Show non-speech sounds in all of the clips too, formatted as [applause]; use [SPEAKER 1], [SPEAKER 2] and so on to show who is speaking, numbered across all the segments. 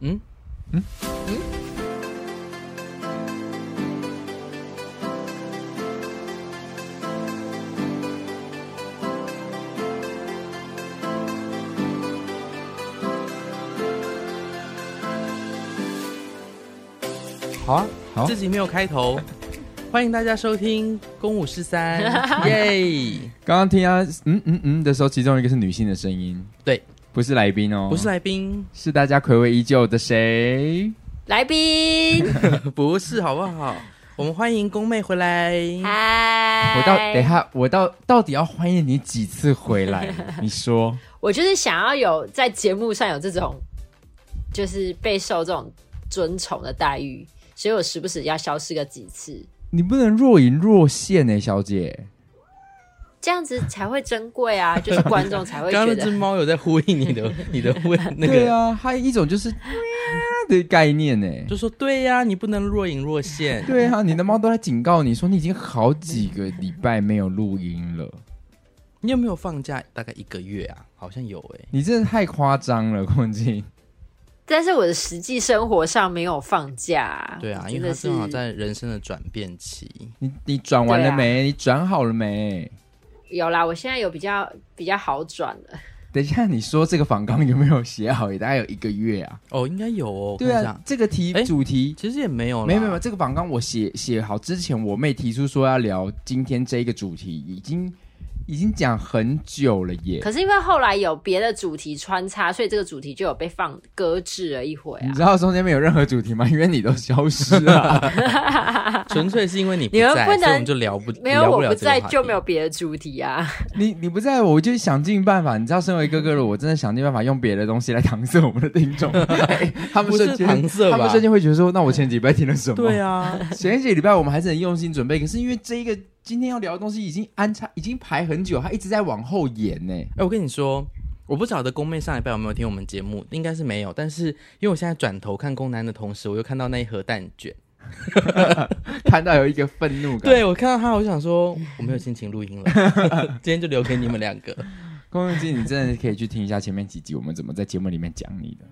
[SPEAKER 1] 嗯
[SPEAKER 2] 嗯
[SPEAKER 1] 嗯。
[SPEAKER 2] 好啊，好啊
[SPEAKER 1] 自己没有开头，欢迎大家收听《公五十三》
[SPEAKER 3] [laughs]
[SPEAKER 1] 耶！
[SPEAKER 2] 刚刚听啊，嗯嗯嗯的时候，其中一个是女性的声音，
[SPEAKER 1] 对，
[SPEAKER 2] 不是来宾哦，
[SPEAKER 1] 不是来宾，
[SPEAKER 2] 是大家暌违已久的谁？
[SPEAKER 3] 来
[SPEAKER 1] [laughs]
[SPEAKER 3] 宾，
[SPEAKER 1] 不是好不好？我们欢迎宫妹回来。
[SPEAKER 3] 嗨！
[SPEAKER 2] 我到等一，下，我到到底要欢迎你几次回
[SPEAKER 3] [laughs]
[SPEAKER 2] 来？你说，
[SPEAKER 3] 我就是想要有在节目上有这种，就是备受这种尊崇的待遇，所以我时不时要消失个几次，
[SPEAKER 2] 你不能若隐若现呢、欸小姐。
[SPEAKER 3] 这样子才会珍贵
[SPEAKER 1] [laughs]
[SPEAKER 3] 啊！就是观众才会
[SPEAKER 1] 刚刚
[SPEAKER 3] 觉
[SPEAKER 1] 那只
[SPEAKER 3] 得，
[SPEAKER 1] 猫有在呼应你的 [laughs] 你的问那
[SPEAKER 2] 对
[SPEAKER 1] 个，
[SPEAKER 2] 啊，还有一种就是 [laughs] 的概念呢、
[SPEAKER 1] 就说对呀、你不能若隐若现。
[SPEAKER 2] 对啊，你的猫都在警告你说你已经好几个礼拜没有录音了，
[SPEAKER 1] 你有没有放假？大概一个月啊，好像有哎、
[SPEAKER 2] 你真的太夸张了，空姐。
[SPEAKER 3] [laughs] 但是我的实际生活上没有放假、
[SPEAKER 1] 对啊，因
[SPEAKER 3] 真
[SPEAKER 1] 为
[SPEAKER 3] 的
[SPEAKER 1] 它
[SPEAKER 3] 是
[SPEAKER 1] 正好在人生的转变期。
[SPEAKER 2] 你你转完了
[SPEAKER 3] 对啊
[SPEAKER 2] 没？你转好了没？
[SPEAKER 3] 有啦，我现在有比较比较好转了，
[SPEAKER 2] 等一下，你说这个访纲有没有写好？也大概有一个月啊。
[SPEAKER 1] 哦，应该有哦。我看
[SPEAKER 2] 对
[SPEAKER 1] 一
[SPEAKER 2] 啊
[SPEAKER 1] 下，，
[SPEAKER 2] 这个题
[SPEAKER 1] 哎
[SPEAKER 2] 主题
[SPEAKER 1] 其实也没有啦，
[SPEAKER 2] 没有没有，这个访纲我写写好之前，我妹提出说要聊今天这一个主题，已经已经讲很久了耶。
[SPEAKER 3] 可是因为后来有别的主题穿插，所以这个主题就有被放搁置了一回
[SPEAKER 2] 你
[SPEAKER 3] 啊。
[SPEAKER 2] 知道中间没有任何主题吗？因为你都消
[SPEAKER 1] [laughs]
[SPEAKER 2] 失了。
[SPEAKER 1] 纯粹是因为你不
[SPEAKER 3] 你们
[SPEAKER 1] 在，
[SPEAKER 3] 不
[SPEAKER 1] 所以
[SPEAKER 3] 能
[SPEAKER 1] 我们就聊不
[SPEAKER 3] 没有
[SPEAKER 1] 聊
[SPEAKER 3] 我
[SPEAKER 1] 了
[SPEAKER 3] 不
[SPEAKER 1] 这个
[SPEAKER 3] 在
[SPEAKER 1] 话
[SPEAKER 3] 就
[SPEAKER 1] 题
[SPEAKER 3] 没有别的主题啊。
[SPEAKER 2] 你你不在我就想尽办法，你知道，身为哥哥的我，真的想尽办法用别的东西来搪塞我们的听
[SPEAKER 1] [laughs]
[SPEAKER 2] 众。哎他们
[SPEAKER 1] 不是
[SPEAKER 2] 瞬间
[SPEAKER 1] 搪塞吧
[SPEAKER 2] 他们瞬间会觉得说，那我前几礼拜听了什么？
[SPEAKER 1] 对啊，
[SPEAKER 2] 前几个礼拜我们还是很用心准备，可是因为这一个今天要聊的东西已经安插，已经排很久，它一直在往后延 [laughs] 呢。
[SPEAKER 1] 哎、我跟你说，我不晓得宫妹上礼拜有没有听我们节目，应该是没有。但是因为我现在转头看宫南的同时，我又看到那一盒蛋卷，
[SPEAKER 2] 看到有一个愤怒感。，
[SPEAKER 1] 对我看到他，我就想说我没有心情录音 [laughs] 了，今天就留给你们两个。
[SPEAKER 2] 龚永基，你真的可以去听一下前面几集，我们怎么在节目里面讲你的。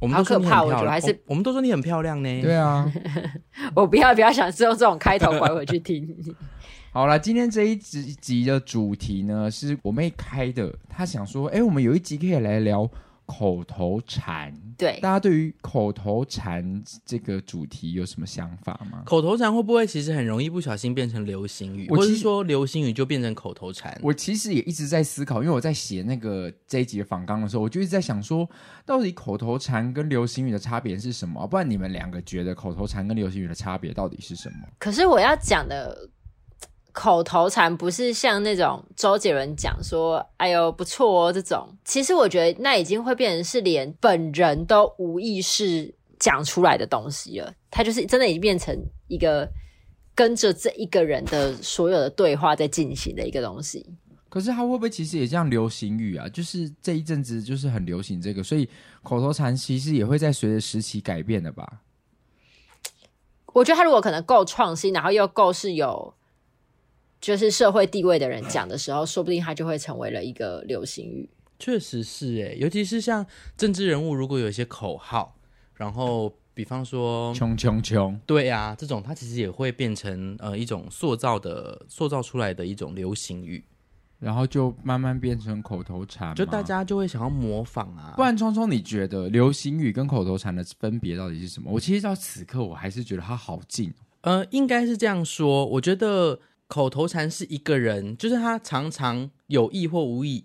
[SPEAKER 1] 我们都说你很
[SPEAKER 3] 好可怕我
[SPEAKER 1] 漂
[SPEAKER 3] 觉得
[SPEAKER 1] 亮
[SPEAKER 3] 还是
[SPEAKER 1] 我我们都说你很漂亮呢。
[SPEAKER 2] 对啊，
[SPEAKER 3] 我不要不要想是用这种开头拐回去听。
[SPEAKER 2] 好了，今天这一集集的主题呢，是我妹开的，她想说，哎、我们有一集可以来聊口头禅。
[SPEAKER 3] [laughs] 对
[SPEAKER 2] 大，家对于口头禅这个主题有什么想法吗？
[SPEAKER 1] 口头禅会不会其实很容易不小心变成流行语，
[SPEAKER 2] 我
[SPEAKER 1] 或
[SPEAKER 2] 其实
[SPEAKER 1] 是说流行语就变成口头禅？
[SPEAKER 2] 我其实也一直在思考，因为我在写那个这一集的访纲的时候，我就一直在想说，到底口头禅跟流行语的差别是什么？不然你们两个觉得口头禅跟流行语的差别到底是什么？
[SPEAKER 3] 可是我要讲的口头禅不是像那种周杰伦讲说“哎呦不错哦”这种，其实我觉得那已经会变成是连本人都无意识讲出来的东西了。它就是真的已经变成一个跟着这一个人的所有的对话在进行的一个东西。
[SPEAKER 2] 可是它会不会其实也像流行语啊？就是这一阵子就是很流行这个，所以口头禅其实也会在随着时期改变的吧？
[SPEAKER 3] 我觉得他如果可能够创新，然后又够是有就是社会地位的人讲的时候，说不定他就会成为了一个流行
[SPEAKER 2] [laughs]
[SPEAKER 3] 语。
[SPEAKER 1] 确实是哎，尤其是像政治人物，如果有一些口号，然后比方说
[SPEAKER 2] 穷穷穷！
[SPEAKER 1] 对啊，这种它其实也会变成呃一种塑造的、塑造出来的一种流行语，
[SPEAKER 2] 然后就慢慢变成口头禅吗，
[SPEAKER 1] 就大家就会想要模仿啊。
[SPEAKER 2] 不然，聪聪，你觉得流行语跟口头禅的分别到底是什么？我其实到此刻，我还是觉得它好近哦。
[SPEAKER 1] 呃，应该是这样说。我觉得口头禅是一个人，就是他常常有意或无意。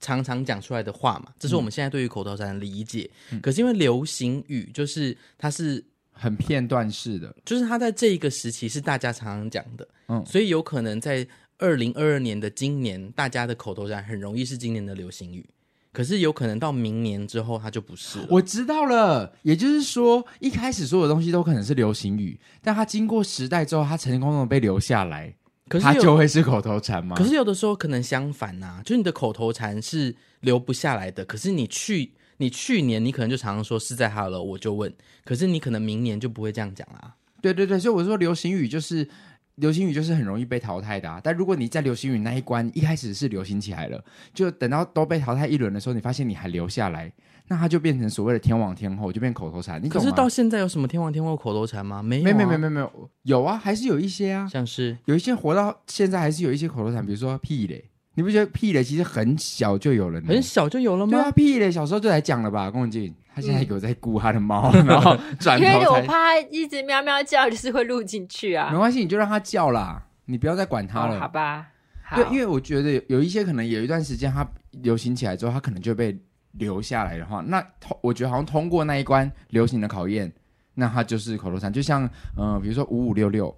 [SPEAKER 1] 常常讲出来的话嘛，这是我们现在对于口头禅的理解。可是因为流行语，就是它是
[SPEAKER 2] 很片段式的，
[SPEAKER 1] 就是他在这一个时期是大家常常讲的，
[SPEAKER 2] 嗯
[SPEAKER 1] 所以有可能在二零二二年的今年，大家的口头禅很容易是今年的流行语，可是有可能到明年之后它就不是了。
[SPEAKER 2] 我知道了。也就是说，一开始所有东西都可能是流行语，但它经过时代之后，它成功的被留下来，
[SPEAKER 1] 可是
[SPEAKER 2] 它
[SPEAKER 1] 有
[SPEAKER 2] 就嗯会是口头禅吗？
[SPEAKER 1] 可是有的时候可能相反呐、就是你的口头禅是留不下来的，可是你去你去年你可能就常常说是在 Hello 我就问，可是你可能明年就不会这样讲啦、
[SPEAKER 2] 对对对，所以我说流行语就是流行语就是很容易被淘汰的、啊。但如果你在流行语那一关一开始是流行起来了，就等到都被淘汰一轮的时候，你发现你还留下来，那它就变成所谓的天王天后，就变口头禅。你
[SPEAKER 1] 可
[SPEAKER 2] 懂吗？
[SPEAKER 1] 是到现在有什么天王天后口头禅吗？没有、
[SPEAKER 2] 没
[SPEAKER 1] 啊，
[SPEAKER 2] 有没有没有没有没有有啊，还是有一些啊，
[SPEAKER 1] 像是
[SPEAKER 2] 有一些活到现在还是有一些口头禅，比如说屁嘞，你不觉得屁嘞其实很小就有了呢？
[SPEAKER 1] 很小就有了
[SPEAKER 2] 嗯对
[SPEAKER 1] 吗？
[SPEAKER 2] 啊，屁嘞，小时候就来讲了吧，龚俊。他现在有在顾他的猫，
[SPEAKER 1] 嗯
[SPEAKER 2] 然后转
[SPEAKER 3] 因
[SPEAKER 2] 头
[SPEAKER 3] 为我
[SPEAKER 2] 才
[SPEAKER 3] 怕它一直喵喵叫，就是会录进去啊
[SPEAKER 2] 没。关系，你就让他叫啦，你不要再管他
[SPEAKER 3] 哦
[SPEAKER 2] 了。
[SPEAKER 3] 好吧，好，
[SPEAKER 2] 对，因为我觉得有一些可能有一段时间它流行起来之后，它可能就被留下来的话，那通我觉得好像通过那一关流行的考验，那它就是口头禅，就像嗯、呃比如说五五六六，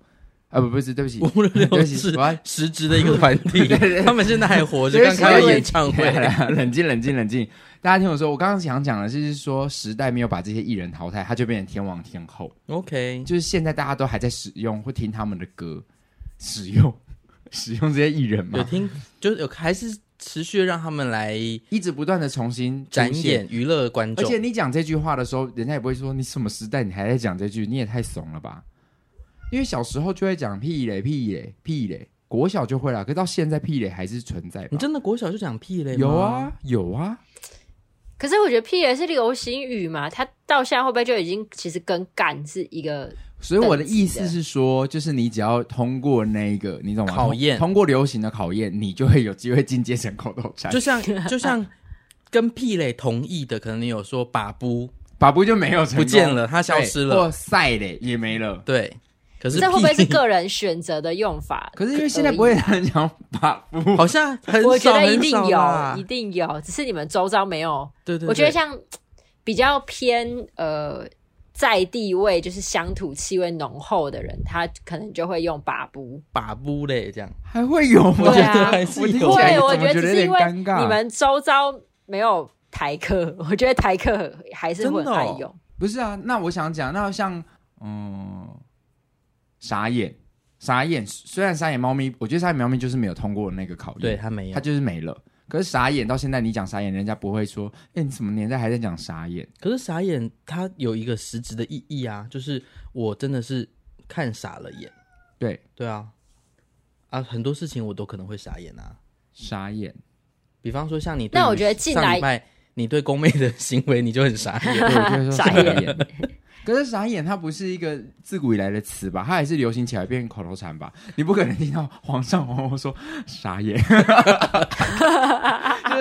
[SPEAKER 2] 啊不不是，对不起，
[SPEAKER 1] 五六
[SPEAKER 2] 对不
[SPEAKER 1] 六
[SPEAKER 2] 起，
[SPEAKER 1] 是
[SPEAKER 2] 我要
[SPEAKER 1] 实质的一个团
[SPEAKER 2] [laughs]
[SPEAKER 1] 体，他们现在还活着，
[SPEAKER 2] 对
[SPEAKER 1] 刚
[SPEAKER 2] 不起
[SPEAKER 1] 开了
[SPEAKER 2] 我以为哎
[SPEAKER 1] 演唱
[SPEAKER 2] [laughs]
[SPEAKER 1] 会，
[SPEAKER 2] 冷静冷静冷静，大家听我说，我刚刚想讲的就是说时代没有把这些艺人淘汰，他就变成天王天后，
[SPEAKER 1] OK，
[SPEAKER 2] 就是现在大家都还在使用或听他们的歌，使用 [laughs] 使用这些艺人
[SPEAKER 1] 有
[SPEAKER 2] 嘛，
[SPEAKER 1] 听就是有还是持续让他们来
[SPEAKER 2] 一直不断的重新出
[SPEAKER 1] 展
[SPEAKER 2] 现
[SPEAKER 1] 演娱乐观
[SPEAKER 2] 而
[SPEAKER 1] 众
[SPEAKER 2] 且。你讲这句话的时候，人家也不会说你什么时代，你还在讲这句，你也太怂了吧？因为小时候就会讲屁嘞屁嘞屁嘞，国小就会了，可到现在屁嘞还是存在吧。
[SPEAKER 1] 你真的国小就讲屁嘞？
[SPEAKER 2] 有，啊有啊，
[SPEAKER 3] 可是我觉得屁也是流行语嘛，它到现在会不会就已经其实跟干是一个
[SPEAKER 2] 所以我的意思是说，就是你只要通过那个，你懂吗？
[SPEAKER 1] 考验
[SPEAKER 2] 通通过流行的考验，你就会有机会进阶成口头禅。
[SPEAKER 1] 就
[SPEAKER 3] [laughs]
[SPEAKER 1] 像就像跟屁嘞同意的，可能你有说把不
[SPEAKER 2] 把不就没有成功
[SPEAKER 1] 不见了，它消失
[SPEAKER 2] 对
[SPEAKER 1] 了，
[SPEAKER 2] 或赛嘞也没了。
[SPEAKER 1] 对。可是
[SPEAKER 3] 这会不会是
[SPEAKER 1] 屁
[SPEAKER 3] 个人选择的用法？
[SPEAKER 2] 可是因为现在不会有人讲把
[SPEAKER 1] [laughs]
[SPEAKER 2] 不，
[SPEAKER 1] 好像很
[SPEAKER 3] 我觉
[SPEAKER 1] 少
[SPEAKER 3] 得一
[SPEAKER 1] 很
[SPEAKER 3] 定
[SPEAKER 1] 少啦
[SPEAKER 3] 有，一，定有，只是你们周遭没有。
[SPEAKER 1] 对对，
[SPEAKER 3] 我觉得
[SPEAKER 1] 对
[SPEAKER 3] 像比较偏呃在地位，就是乡土气味浓厚的人，他可能就会用把不。
[SPEAKER 1] 把不嘞这样，
[SPEAKER 2] 还会有吗？
[SPEAKER 1] 我觉
[SPEAKER 3] 对啊
[SPEAKER 1] 得还是
[SPEAKER 2] 我听
[SPEAKER 1] 有
[SPEAKER 2] 起来
[SPEAKER 3] 对，
[SPEAKER 2] 怎么
[SPEAKER 3] 我觉得
[SPEAKER 2] 觉得
[SPEAKER 3] 只
[SPEAKER 2] 有
[SPEAKER 3] 是
[SPEAKER 2] 点
[SPEAKER 3] 因为
[SPEAKER 2] 尴尬
[SPEAKER 3] 你们周遭没有台客，我觉得台客还是会很爱
[SPEAKER 1] 真的哦
[SPEAKER 3] 用。
[SPEAKER 2] 不是啊，那我想讲，那像嗯，傻眼，傻眼。虽然傻眼猫咪，我觉得傻眼猫咪就是没有通过那个考验，
[SPEAKER 1] 对，他没有
[SPEAKER 2] 它，就是没了。可是傻眼到现在，你讲傻眼，人家不会说，哎、你什么年代还在讲傻眼？
[SPEAKER 1] 可是傻眼它有一个实质的意义啊，就是我真的是看傻了眼，
[SPEAKER 2] 对，
[SPEAKER 1] 对啊，啊，很多事情我都可能会傻眼啊，
[SPEAKER 2] 傻眼。
[SPEAKER 1] 比方说像你对于
[SPEAKER 3] 那我觉得近来
[SPEAKER 1] 上礼拜你对宫妹的行为你就很傻眼，
[SPEAKER 3] [laughs]
[SPEAKER 2] 对，我就会说
[SPEAKER 3] 傻
[SPEAKER 2] 傻
[SPEAKER 3] 眼
[SPEAKER 2] 眼。 [laughs] 可是傻眼，它不是一个自古以来的词吧？它还是流行起来变口头禅吧？你不可能听到皇上皇后说傻 [laughs] 眼，就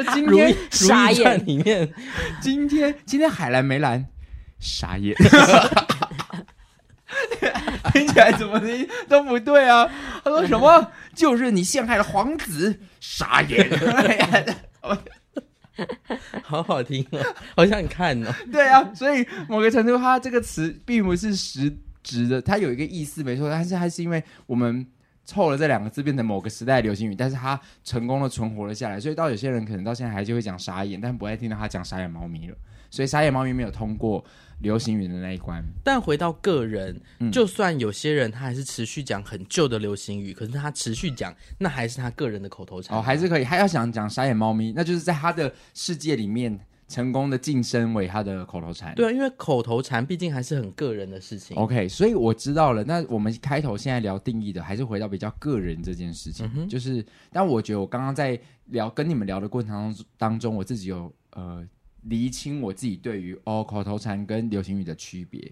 [SPEAKER 2] 是今
[SPEAKER 1] 如意
[SPEAKER 2] 天
[SPEAKER 1] 如懿
[SPEAKER 3] 傻眼
[SPEAKER 1] 传里面
[SPEAKER 2] 今天今天海蓝梅兰，傻 [laughs] 眼，听起来怎么的都不对啊！他说什 [laughs] 么？就是你陷害了皇子，傻 [laughs] 眼。
[SPEAKER 1] 好好听哦，好想看哦。
[SPEAKER 2] [laughs] 对啊，所以某个程度，它这个词并不是实质的，它有一个意思没错，但是它是因为我们凑了这两个字变成某个时代的流行语，但是它成功的存活了下来，所以到有些人可能到现在还是会讲傻眼，但不爱听到他讲傻眼猫咪了，所以傻眼猫咪没有通过流行语的那一关。
[SPEAKER 1] 但回到个人，
[SPEAKER 2] 嗯
[SPEAKER 1] 就算有些人他还是持续讲很旧的流行语，可是他持续讲，那还是他个人的口头禅。
[SPEAKER 2] 哦，还是可以。他要想讲傻眼猫咪，那就是在他的世界里面成功的晋升为他的口头禅。
[SPEAKER 1] 对啊，因为口头禅毕竟还是很个人的事情。
[SPEAKER 2] ，OK，所以我知道了。那我们开头现在聊定义的，还是回到比较个人这件事
[SPEAKER 3] 嗯
[SPEAKER 2] 情。就是，但我觉得我刚刚在聊跟你们聊的过程当中，当中我自己有呃厘清我自己对于哦口头禅跟流行语的区别。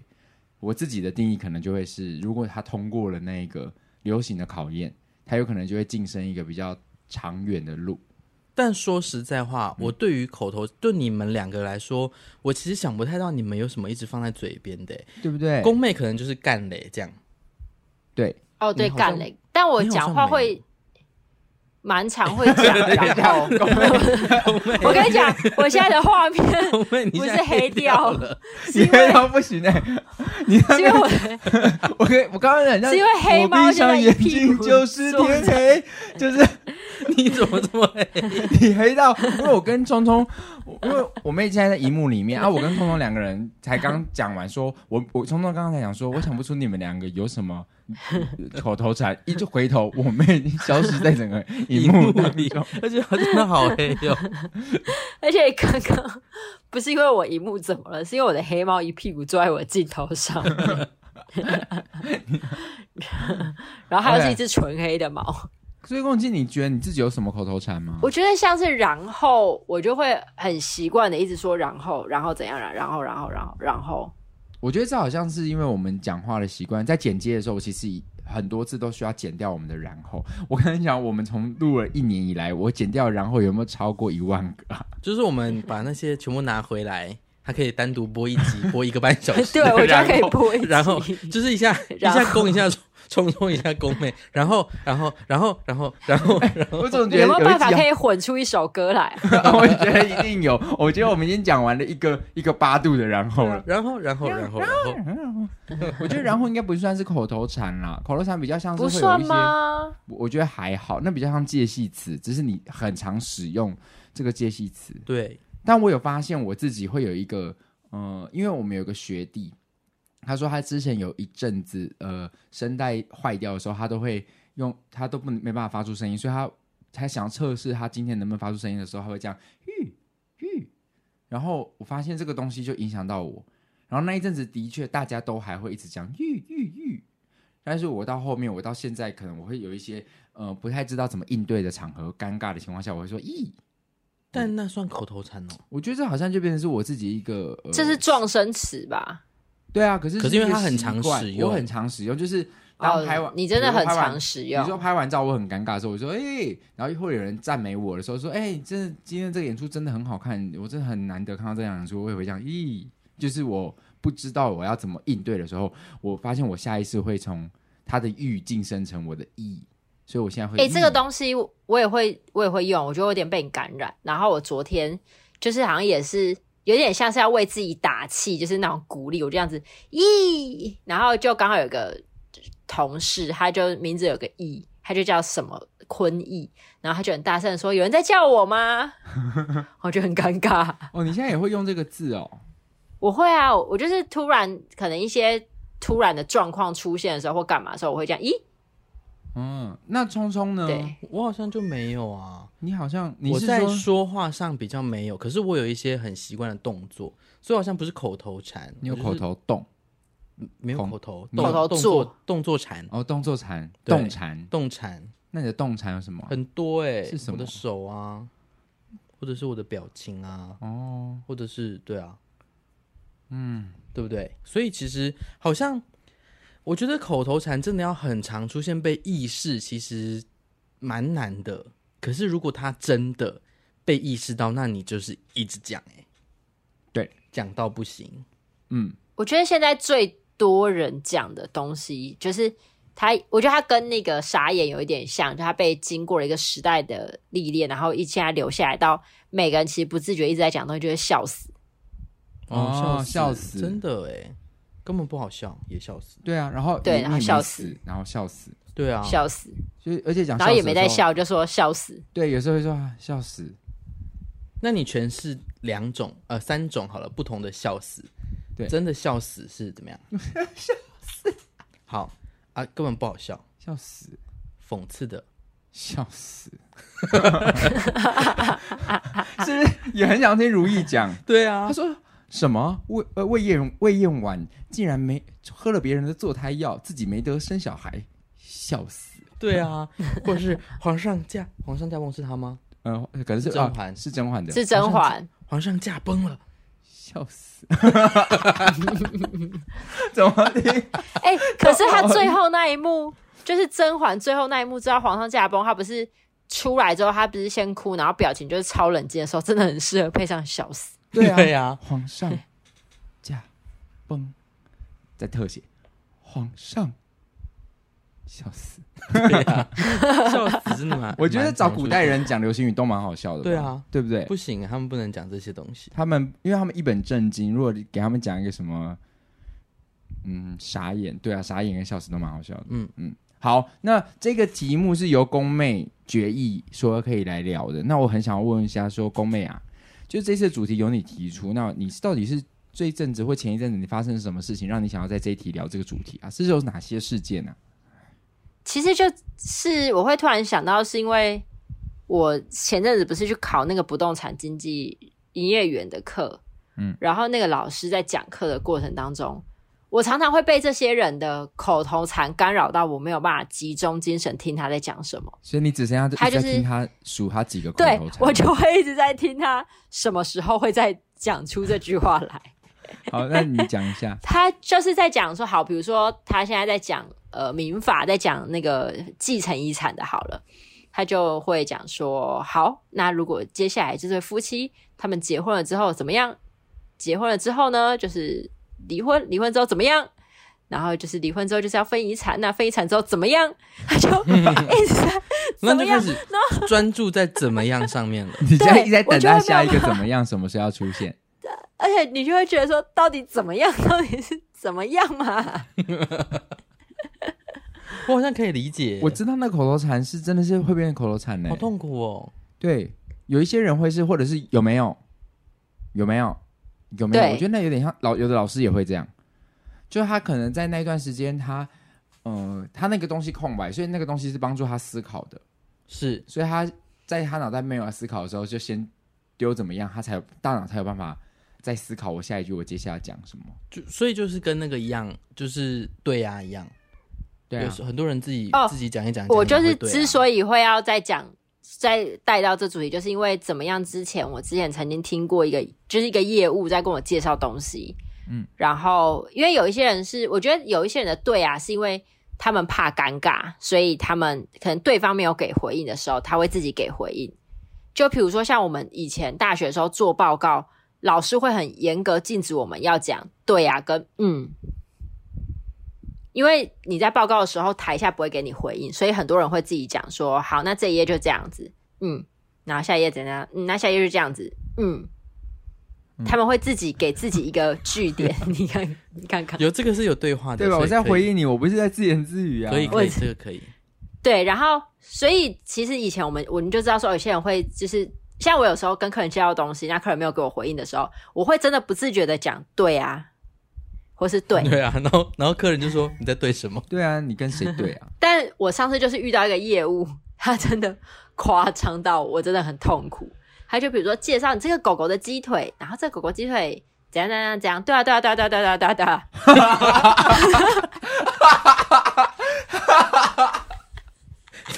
[SPEAKER 2] 我自己的定义可能就会是，如果他通过了那个流行的考验，他有可能就会晋升一个比较长远的路。
[SPEAKER 1] 但说实在话，
[SPEAKER 2] 嗯
[SPEAKER 1] 我对于口头，对你们两个来说，我其实想不太到你们有什么一直放在嘴边的。欸
[SPEAKER 2] 对不 [laughs] 对？
[SPEAKER 1] 宫妹可能就是干嘞这样，
[SPEAKER 2] 对，
[SPEAKER 3] 哦，对，
[SPEAKER 1] 你好像
[SPEAKER 3] 干嘞，但我
[SPEAKER 1] 你好像
[SPEAKER 3] 讲话
[SPEAKER 1] 没
[SPEAKER 3] 会蛮常会
[SPEAKER 1] [laughs]
[SPEAKER 3] 讲，然后
[SPEAKER 1] 宫妹，[laughs]
[SPEAKER 3] 我跟你讲，我现在的画面 [laughs]
[SPEAKER 1] 宫妹，你
[SPEAKER 3] 不是
[SPEAKER 1] 现在
[SPEAKER 3] 黑
[SPEAKER 1] 掉
[SPEAKER 3] 掉
[SPEAKER 1] 了，
[SPEAKER 3] 是
[SPEAKER 2] 你
[SPEAKER 3] 因为
[SPEAKER 2] 黑猫不行哎、 [laughs] 你那
[SPEAKER 3] 是因
[SPEAKER 2] 边
[SPEAKER 3] 为我
[SPEAKER 2] 我跟我刚刚讲，
[SPEAKER 3] 是因为黑猫
[SPEAKER 2] 我闭
[SPEAKER 3] 现在
[SPEAKER 2] 上
[SPEAKER 3] 一
[SPEAKER 2] 眼
[SPEAKER 3] 屁
[SPEAKER 2] 睛
[SPEAKER 3] 股
[SPEAKER 2] 就是
[SPEAKER 3] 坐
[SPEAKER 2] 天黑，就是
[SPEAKER 1] [laughs] 你怎么这么黑？ [laughs]
[SPEAKER 2] 你黑到，因为我跟聪聪，我因为我妹现在在荧幕里面啊，我跟聪聪两个人才刚讲完说，我我聪聪刚刚才讲说，我想不出你们两个有什
[SPEAKER 3] [laughs]
[SPEAKER 2] 么口头禅，一就回头，我妹已经消失在整个荧幕里。
[SPEAKER 1] 而且他真的好黑哦哟、
[SPEAKER 3] [laughs] 而且刚刚不是因为我荧幕怎么了，是因为我的黑猫一屁股坐在我的镜头上面。 [laughs] 然后还有
[SPEAKER 2] OK
[SPEAKER 3] 是一只纯黑的毛。
[SPEAKER 2] 所以共进，你觉得你自己有什么口头禅吗？
[SPEAKER 3] 我觉得像是然后，我就会很习惯的一直说然后，然后怎样，啊然后，然后，然后，然后，
[SPEAKER 2] 我觉得这好像是因为我们讲话的习惯，在剪接的时候，我其实很多次都需要剪掉我们的然后。我跟你讲，我们从录了一年以来，我剪掉的然后有没有超过一万个？
[SPEAKER 1] 就是我们把那些全部拿回来，它可以单独播一集，播一个半小时。
[SPEAKER 3] 对我觉得可以 [laughs] 播一集
[SPEAKER 1] 然
[SPEAKER 3] [laughs]
[SPEAKER 1] 后就是一下一
[SPEAKER 3] 然后
[SPEAKER 1] 下攻一下冲冲一下攻妹，然后然后然后然后然后然后
[SPEAKER 2] 我总觉得
[SPEAKER 3] 有没有
[SPEAKER 2] 一
[SPEAKER 3] 办法
[SPEAKER 2] 集
[SPEAKER 3] 可以混出一首歌来？啊
[SPEAKER 2] [laughs] 好，我觉得一定有。我觉得我们已经讲完了一个一个八度的然后了。
[SPEAKER 1] 然后然后然后然后
[SPEAKER 2] [laughs] 我觉得然后应该不算是口头禅啦，口头禅比较像是
[SPEAKER 3] 不
[SPEAKER 2] 会有
[SPEAKER 3] 算
[SPEAKER 2] 一些，
[SPEAKER 3] 吗？
[SPEAKER 2] 我我觉得还好，那比较像介系词，只是你很常使用这个介系词。
[SPEAKER 1] 对，
[SPEAKER 2] 但我有发现我自己会有一个，呃，因为我们有个学弟，他说他之前有一阵子，呃，声带坏掉的时候，他都会用，他都不能没办法发出声音，所以他他想要测试他今天能不能发出声音的时候，他会这样，吁吁，然后我发现这个东西就影响到我，然后那一阵子的确大家都还会一直讲吁吁吁，但是我到后面，我到现在可能我会有一些呃不太知道怎么应对的场合，尴尬的情况下，我会说咦。
[SPEAKER 1] 但那算口头禅哦。
[SPEAKER 2] 我觉得这好像就变成是我自己一个，呃、
[SPEAKER 3] 这是撞声词吧？
[SPEAKER 2] 对啊，可是
[SPEAKER 1] 可是因为
[SPEAKER 2] 一个
[SPEAKER 1] 它很常
[SPEAKER 2] 习惯
[SPEAKER 1] 使用
[SPEAKER 2] 我很常使用，就是当拍完、
[SPEAKER 3] 哦，你真的很常
[SPEAKER 2] 使
[SPEAKER 3] 使
[SPEAKER 2] 用。你说
[SPEAKER 3] 用。
[SPEAKER 2] 拍完照我很尴尬的时候，我说哎、然后会有人赞美我的时候说哎、真的今天这个演出真的很好看，我真的很难得看到这样演出，我也会讲咦，就是我不知道我要怎么应对的时候，我发现我下意识会从他的欲晋升成我的意，所以我现在会
[SPEAKER 3] 哎、这个
[SPEAKER 2] 咦
[SPEAKER 3] 东西我也会，我也会用，我觉得我有点被你感染。然后我昨天就是好像也是有点像是要为自己打气，就是那种鼓励，我就这样子咦，然后就刚好有个同事，他就名字有个义，他就叫什么坤义，然后他就很大声的说：“有人在叫我吗？”我就很尴尬。
[SPEAKER 2] 哦，你现在也会用这个字哦，
[SPEAKER 3] 我会啊，我就是突然可能一些突然的状况出现的时候或干嘛的时候，我会这样，咦，
[SPEAKER 2] 嗯，那聪聪呢？
[SPEAKER 3] 对，
[SPEAKER 1] 我好像就没有啊，
[SPEAKER 2] 你好像你
[SPEAKER 1] 我
[SPEAKER 2] 是
[SPEAKER 1] 在
[SPEAKER 2] 说
[SPEAKER 1] 说话上比较没有，可是我有一些很习惯的动作，所以好像不是口头禅，
[SPEAKER 2] 你有
[SPEAKER 1] 我就是
[SPEAKER 2] 口头动。
[SPEAKER 1] 没有
[SPEAKER 2] 孔
[SPEAKER 1] 口头
[SPEAKER 2] 口
[SPEAKER 1] 动
[SPEAKER 3] 头
[SPEAKER 1] 动
[SPEAKER 3] 做
[SPEAKER 1] 作动作禅
[SPEAKER 2] 哦，动作禅，
[SPEAKER 1] 对
[SPEAKER 2] 动禅。
[SPEAKER 1] 动禅
[SPEAKER 2] 那你的动禅有什么？
[SPEAKER 1] 很多哎、
[SPEAKER 2] 是什
[SPEAKER 1] 我的
[SPEAKER 2] 么
[SPEAKER 1] 手啊，或者是我的表情啊，
[SPEAKER 2] 哦，
[SPEAKER 1] 或者是对啊，嗯，对不对？所以其实好像我觉得口头禅真的要很常出现被意识，其实蛮难的。可是如果他真的被意识到，那你就是一直讲哎、
[SPEAKER 2] 对，
[SPEAKER 1] 讲到不行。
[SPEAKER 2] 嗯，
[SPEAKER 3] 我觉得现在最多人讲的东西，就是他，我觉得他跟那个傻眼有一点像，就他被经过了一个时代的历练，然后一现在留下来，到每个人其实不自觉一直在讲的东西，就会笑死。
[SPEAKER 2] 哦笑死
[SPEAKER 1] 真的哎、根本不好笑，也笑死。
[SPEAKER 2] 对啊，然后
[SPEAKER 3] 对
[SPEAKER 2] 你
[SPEAKER 3] 然后
[SPEAKER 2] 你没
[SPEAKER 3] 笑
[SPEAKER 2] 死
[SPEAKER 3] 死，
[SPEAKER 2] 然后笑死，
[SPEAKER 1] 对啊，
[SPEAKER 3] 笑死，
[SPEAKER 2] 所以而且讲，
[SPEAKER 3] 然后也没在，啊笑，就说笑死。
[SPEAKER 2] 对，有时候会说啊笑死，
[SPEAKER 1] 那你诠释两种呃三种好了，不同的笑死。
[SPEAKER 2] 对
[SPEAKER 1] 真的笑死是怎么样？笑死。好啊，根本不好笑，
[SPEAKER 2] 笑死，
[SPEAKER 1] 讽刺的。
[SPEAKER 2] 笑死，是不是也很想听如意讲？
[SPEAKER 1] 对啊
[SPEAKER 2] 他，说什么魏呃魏燕魏燕婉竟然没喝了别人的坐胎药，自己没得生小孩，笑死。
[SPEAKER 1] 对啊，或者是皇上驾皇上驾崩是他吗？
[SPEAKER 2] 呃，可能是
[SPEAKER 1] 甄嬛
[SPEAKER 2] 啊是甄嬛的，
[SPEAKER 3] 是甄 [laughs] 嬛，
[SPEAKER 1] 皇上驾崩了，
[SPEAKER 2] 笑死， [laughs] 怎么听？
[SPEAKER 3] 哎、可是 [laughs] 他最后那一幕，就是甄嬛最后那一幕，知道皇上驾崩，他不是出来之后，他不是先哭，然后表情就是超冷静的时候，真的很适合配上笑死。
[SPEAKER 2] 对啊，
[SPEAKER 1] 对啊
[SPEAKER 2] 皇上驾崩，在特写，皇上笑死。
[SPEAKER 1] 对啊，笑死真的 [laughs] 吗？
[SPEAKER 2] 我觉得
[SPEAKER 1] 蛮
[SPEAKER 2] 找
[SPEAKER 1] 常
[SPEAKER 2] 古
[SPEAKER 1] 出
[SPEAKER 2] 代
[SPEAKER 1] 现
[SPEAKER 2] 人讲流行语都蛮好笑的吧，
[SPEAKER 1] 对啊
[SPEAKER 2] 对不对
[SPEAKER 1] 的不？行啊，他们不能讲这些东
[SPEAKER 2] [laughs]
[SPEAKER 1] 西。
[SPEAKER 2] 他们因为他们一本正经，如果给他们讲一个什么，嗯，傻眼，对啊，傻眼跟笑死都蛮好笑的，嗯
[SPEAKER 1] 嗯
[SPEAKER 2] 嗯。好，那这个题目是由宫妹决议说可以来聊的。那我很想要问一下说宫妹啊，就这次主题由你提出，那你到底是这一阵子或前一阵子你发生什么事情，让你想要在这一题聊这个主题啊？是有哪些事件啊？
[SPEAKER 3] 其实就是我会突然想到，是因为我前阵子不是去考那个不动产经纪营业员的课，
[SPEAKER 2] 嗯，
[SPEAKER 3] 然后那个老师在讲课的过程当中，我常常会被这些人的口头禅干扰到，我没有办法集中精神听他在讲什么。
[SPEAKER 2] 所以你只剩下
[SPEAKER 3] 他就是
[SPEAKER 2] 一直在听他数他几个口
[SPEAKER 3] 对
[SPEAKER 2] 头禅。
[SPEAKER 3] 我就会一直在听他什么时候会再讲出这句话来。。
[SPEAKER 2] 好，那你讲一下
[SPEAKER 3] 他就是在讲说，好，比如说他现在在讲呃民法，在讲那个继承遗产的，好了，他就会讲说，好，那如果接下来这对夫妻他们结婚了之后怎么样？结婚了之后呢，就是离婚，离婚之后怎么样？然后就是离婚之后就是要分遗产，那分遗产之后怎么样？他就一直在
[SPEAKER 1] 那
[SPEAKER 3] 怎么
[SPEAKER 1] 就开
[SPEAKER 3] 样？ [laughs]
[SPEAKER 1] 始专注在怎么样上面了。
[SPEAKER 2] 你现在一直在
[SPEAKER 3] 我
[SPEAKER 2] 等
[SPEAKER 3] 就会
[SPEAKER 2] 他
[SPEAKER 3] 没有
[SPEAKER 2] 下一个
[SPEAKER 3] 办法
[SPEAKER 2] 怎么样，什么时候要出现？
[SPEAKER 3] 而且哎你就会觉得说，到底怎么样？到底是怎么样嘛？
[SPEAKER 1] 我好像可以理解，
[SPEAKER 2] 我知道那口头禅是真的是会变成口头禅呢、
[SPEAKER 1] 好痛苦哦。
[SPEAKER 2] 对，有一些人会是，或者是有没有？有没有？有没有？
[SPEAKER 3] 对
[SPEAKER 2] 我觉得那有点像老有的老师也会这样，就是他可能在那段时间他。呃，他那个东西空白，所以那个东西是帮助他思考的，
[SPEAKER 1] 是，
[SPEAKER 2] 所以他在他脑袋没有思考的时候，就先丢怎么样，他才有大脑才有办法再思考我下一句我接下来讲什么。
[SPEAKER 1] 就所以就是跟那个一样，就是对呀、一样。
[SPEAKER 2] 对
[SPEAKER 1] 有
[SPEAKER 2] 啊
[SPEAKER 1] 时，候很多人自己、
[SPEAKER 3] 哦
[SPEAKER 1] 自己讲一讲，啊
[SPEAKER 3] 我就是之
[SPEAKER 1] 以
[SPEAKER 3] 所以会要再讲、再带到这主题，就是因为怎么样？之前我之前曾经听过一个，就是一个业务在跟我介绍东西，
[SPEAKER 2] 嗯，
[SPEAKER 3] 然后因为有一些人是，我觉得有一些人的对啊，是因为他们怕尴尬，所以他们可能对方没有给回应的时候，他会自己给回应。就比如说像我们以前大学的时候做报告，老师会很严格禁止我们要讲对啊跟嗯，因为你在报告的时候台下不会给你回应，所以很多人会自己讲说好，那这一页就这样子，嗯，然后下一页怎样，嗯，那下一页就这样子，嗯。他们会自己给自己一个据点，你看，你看看，
[SPEAKER 1] 有这个是有对话的，
[SPEAKER 2] 对吧？
[SPEAKER 1] 所以
[SPEAKER 2] 我在
[SPEAKER 1] 可以
[SPEAKER 2] 回应你，我不是在自言自语啊。
[SPEAKER 1] 可以
[SPEAKER 3] 我
[SPEAKER 1] 可以，这个可以。
[SPEAKER 3] 对，然后所以其实以前我们我们就知道说，哦有些人会就是像我有时候跟客人介绍东西，那客人没有给我回应的时候，我会真的不自觉的讲对啊，或是
[SPEAKER 1] [laughs]
[SPEAKER 3] 对。
[SPEAKER 1] 对啊，然后然后客人就说你在对什么？
[SPEAKER 2] 对啊，你跟谁对啊？
[SPEAKER 3] 但我上次就是遇到一个业务， [laughs] 他真的夸张到我真的很痛苦。他就比如说介绍你这个狗狗的鸡腿，然后这个狗狗鸡腿怎样怎样怎样，对啊对啊对啊对啊对啊对啊对啊。
[SPEAKER 1] [laughs]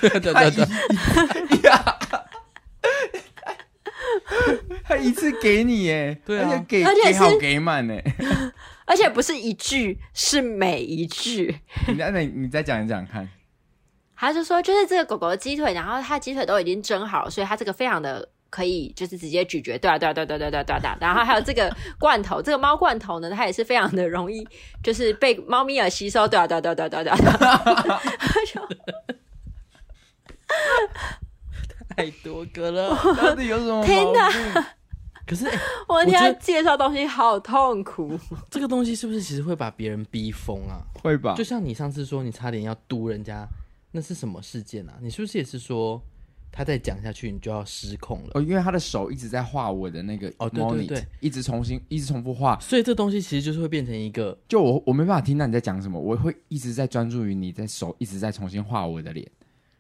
[SPEAKER 1] 对啊对啊对啊，
[SPEAKER 2] 他一次给你耶，
[SPEAKER 1] 对啊
[SPEAKER 2] 而且给
[SPEAKER 3] 而且
[SPEAKER 2] 给
[SPEAKER 3] 是
[SPEAKER 2] 好给满哎。
[SPEAKER 3] 而且不是一句，是每一句。
[SPEAKER 2] [laughs] 你那那你再讲一讲
[SPEAKER 3] [laughs]
[SPEAKER 2] 看，
[SPEAKER 3] 他就说，就是这个狗狗的鸡腿，然后它的鸡腿都已经蒸好了，所以它这个非常的可以，就是直接咀嚼，对啊，对啊，对啊，对啊，对啊，对啊，对啊。然后还有这个罐头，这个猫罐头呢，它也是非常的容易，就是被猫咪而吸收，对啊，对啊，对啊，对啊，对啊，对啊对啊。他就
[SPEAKER 1] 太多个了。
[SPEAKER 2] 到底有什么
[SPEAKER 3] 天
[SPEAKER 2] 哪！
[SPEAKER 1] 可是、哎
[SPEAKER 3] 我听
[SPEAKER 1] 我
[SPEAKER 3] 他
[SPEAKER 1] 觉得
[SPEAKER 3] 介绍东西好痛苦，
[SPEAKER 1] 这个东西是不是其实会把别人逼疯啊？
[SPEAKER 2] 会吧
[SPEAKER 1] 就？像你上次说你差点要嘟人家，那是什么事件啊？你是不是也是说他再讲下去你就要失控了？
[SPEAKER 2] 哦，因为他的手一直在画我的那个
[SPEAKER 1] 哦
[SPEAKER 2] m
[SPEAKER 1] 对
[SPEAKER 2] o
[SPEAKER 1] 对
[SPEAKER 2] n i
[SPEAKER 1] 对
[SPEAKER 2] 一直重新一直重复画，
[SPEAKER 1] 所以这东西其实就是会变成一个
[SPEAKER 2] 就我我没办法听到你在讲什么，我会一直在专注于你在手一直在重新画我的脸，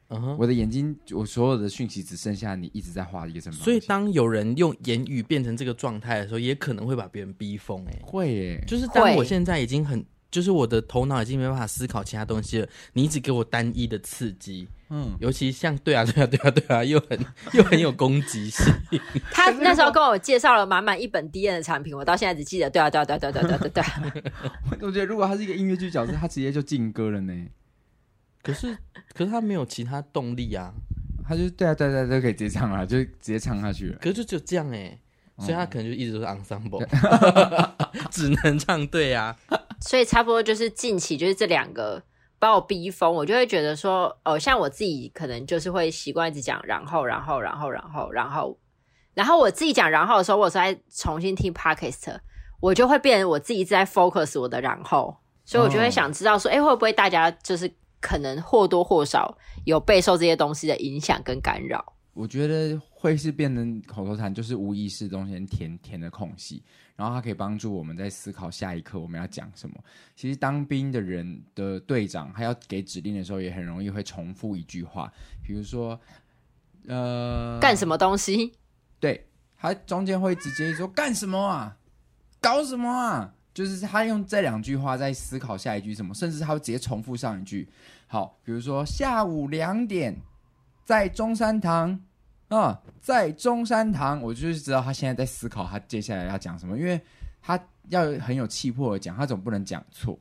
[SPEAKER 1] 嗯哼。
[SPEAKER 2] 我的眼睛，我所有的讯息只剩下你一直在画一个什么东西，
[SPEAKER 1] 所以当有人用言语变成这个状态的时候，也可能会把别人逼疯、哎，
[SPEAKER 2] [laughs] 会耶，
[SPEAKER 1] 就是当我
[SPEAKER 3] 会
[SPEAKER 1] 现在已经很，就是我的头脑已经没办法思考其他东西了，你一直给我单一的刺激，
[SPEAKER 2] 嗯，
[SPEAKER 1] 尤其像对啊对啊对啊对
[SPEAKER 2] [laughs]
[SPEAKER 1] 啊，又很又很有攻击性，
[SPEAKER 3] 他那时候跟我介绍了满满一本 D N 的产品，我到现在只记得，对啊，对啊，对啊，对啊，对啊，对啊对啊。
[SPEAKER 2] [laughs] 我觉得如果他是一个音乐剧角色，他直接就进歌了呢，
[SPEAKER 1] 可是可是他没有其他动力啊，
[SPEAKER 2] 他就对啊对啊对啊，都可以直接唱了，就直接唱下去了。
[SPEAKER 1] 可是就只有这样哎、
[SPEAKER 2] 嗯
[SPEAKER 1] 所以他可能就一直都是 ensemble，、只
[SPEAKER 2] [laughs]
[SPEAKER 1] 能唱对啊，
[SPEAKER 3] 所以差不多就是近期就是这两个把我逼疯，我就会觉得说，哦，像我自己可能就是会习惯一直讲，然后，然后，然后，然后，然后，然后我自己讲然后的时候，我有时候在重新听 podcast，我就会变成我自己一直在 focus 我的然后，所以我就会想知道说，哎、会不会大家就是可能或多或少有备受这些东西的影响跟干扰？
[SPEAKER 2] 我觉得会是变成口头禅，就是无意识中间填填的空隙，然后它可以帮助我们在思考下一刻我们要讲什么。其实当兵的人的队长，他要给指令的时候，也很容易会重复一句话，比如说，
[SPEAKER 1] 嗯
[SPEAKER 2] 呃，
[SPEAKER 3] 干什么东西？
[SPEAKER 2] 对，他中间会直接说干什么啊，搞什么啊，就是他用这两句话在思考下一句什么，甚至他会直接重复上一句。好，比如说下午两点在中山堂啊、在中山堂，我就是知道他现在在思考他接下来要讲什么，因为他要很有气魄的讲，他总不能讲错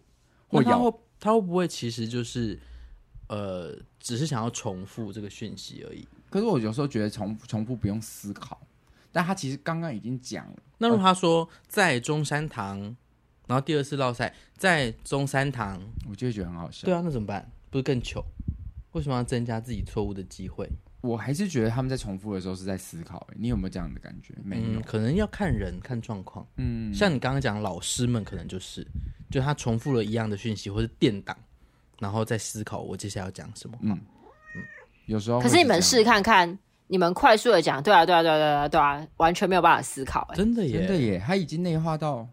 [SPEAKER 2] 或
[SPEAKER 1] 那他
[SPEAKER 2] 咬
[SPEAKER 1] 会他会不会其实就是呃，只是想要重复这个讯息而已？
[SPEAKER 2] 可是我有时候觉得重重复不用思考，但他其实刚刚已经讲了，
[SPEAKER 1] 那如果他说在中山堂，然后第二次绕赛在中山堂，
[SPEAKER 2] 我就会觉得很好笑。
[SPEAKER 1] 对啊，那怎么办？不是更糗？为什么要增加自己错误的机会？
[SPEAKER 2] 我还是觉得他们在重复的时候是在思考、欸你有没有这样的感觉？没有
[SPEAKER 1] 嗯，，可能要看人看状况。
[SPEAKER 2] 嗯，
[SPEAKER 1] 像你刚刚讲，老师们可能就是，就他重复了一样的讯息或是电档，然后再思考我接下来要讲什么。
[SPEAKER 2] 嗯有时候会
[SPEAKER 3] 可是你
[SPEAKER 2] 这样
[SPEAKER 3] 们试看看，你们快速的讲，对啊，对啊，对啊，对啊，对啊，完全没有办法思考、欸，
[SPEAKER 1] 真的耶，
[SPEAKER 2] 真的耶，他已经内化到，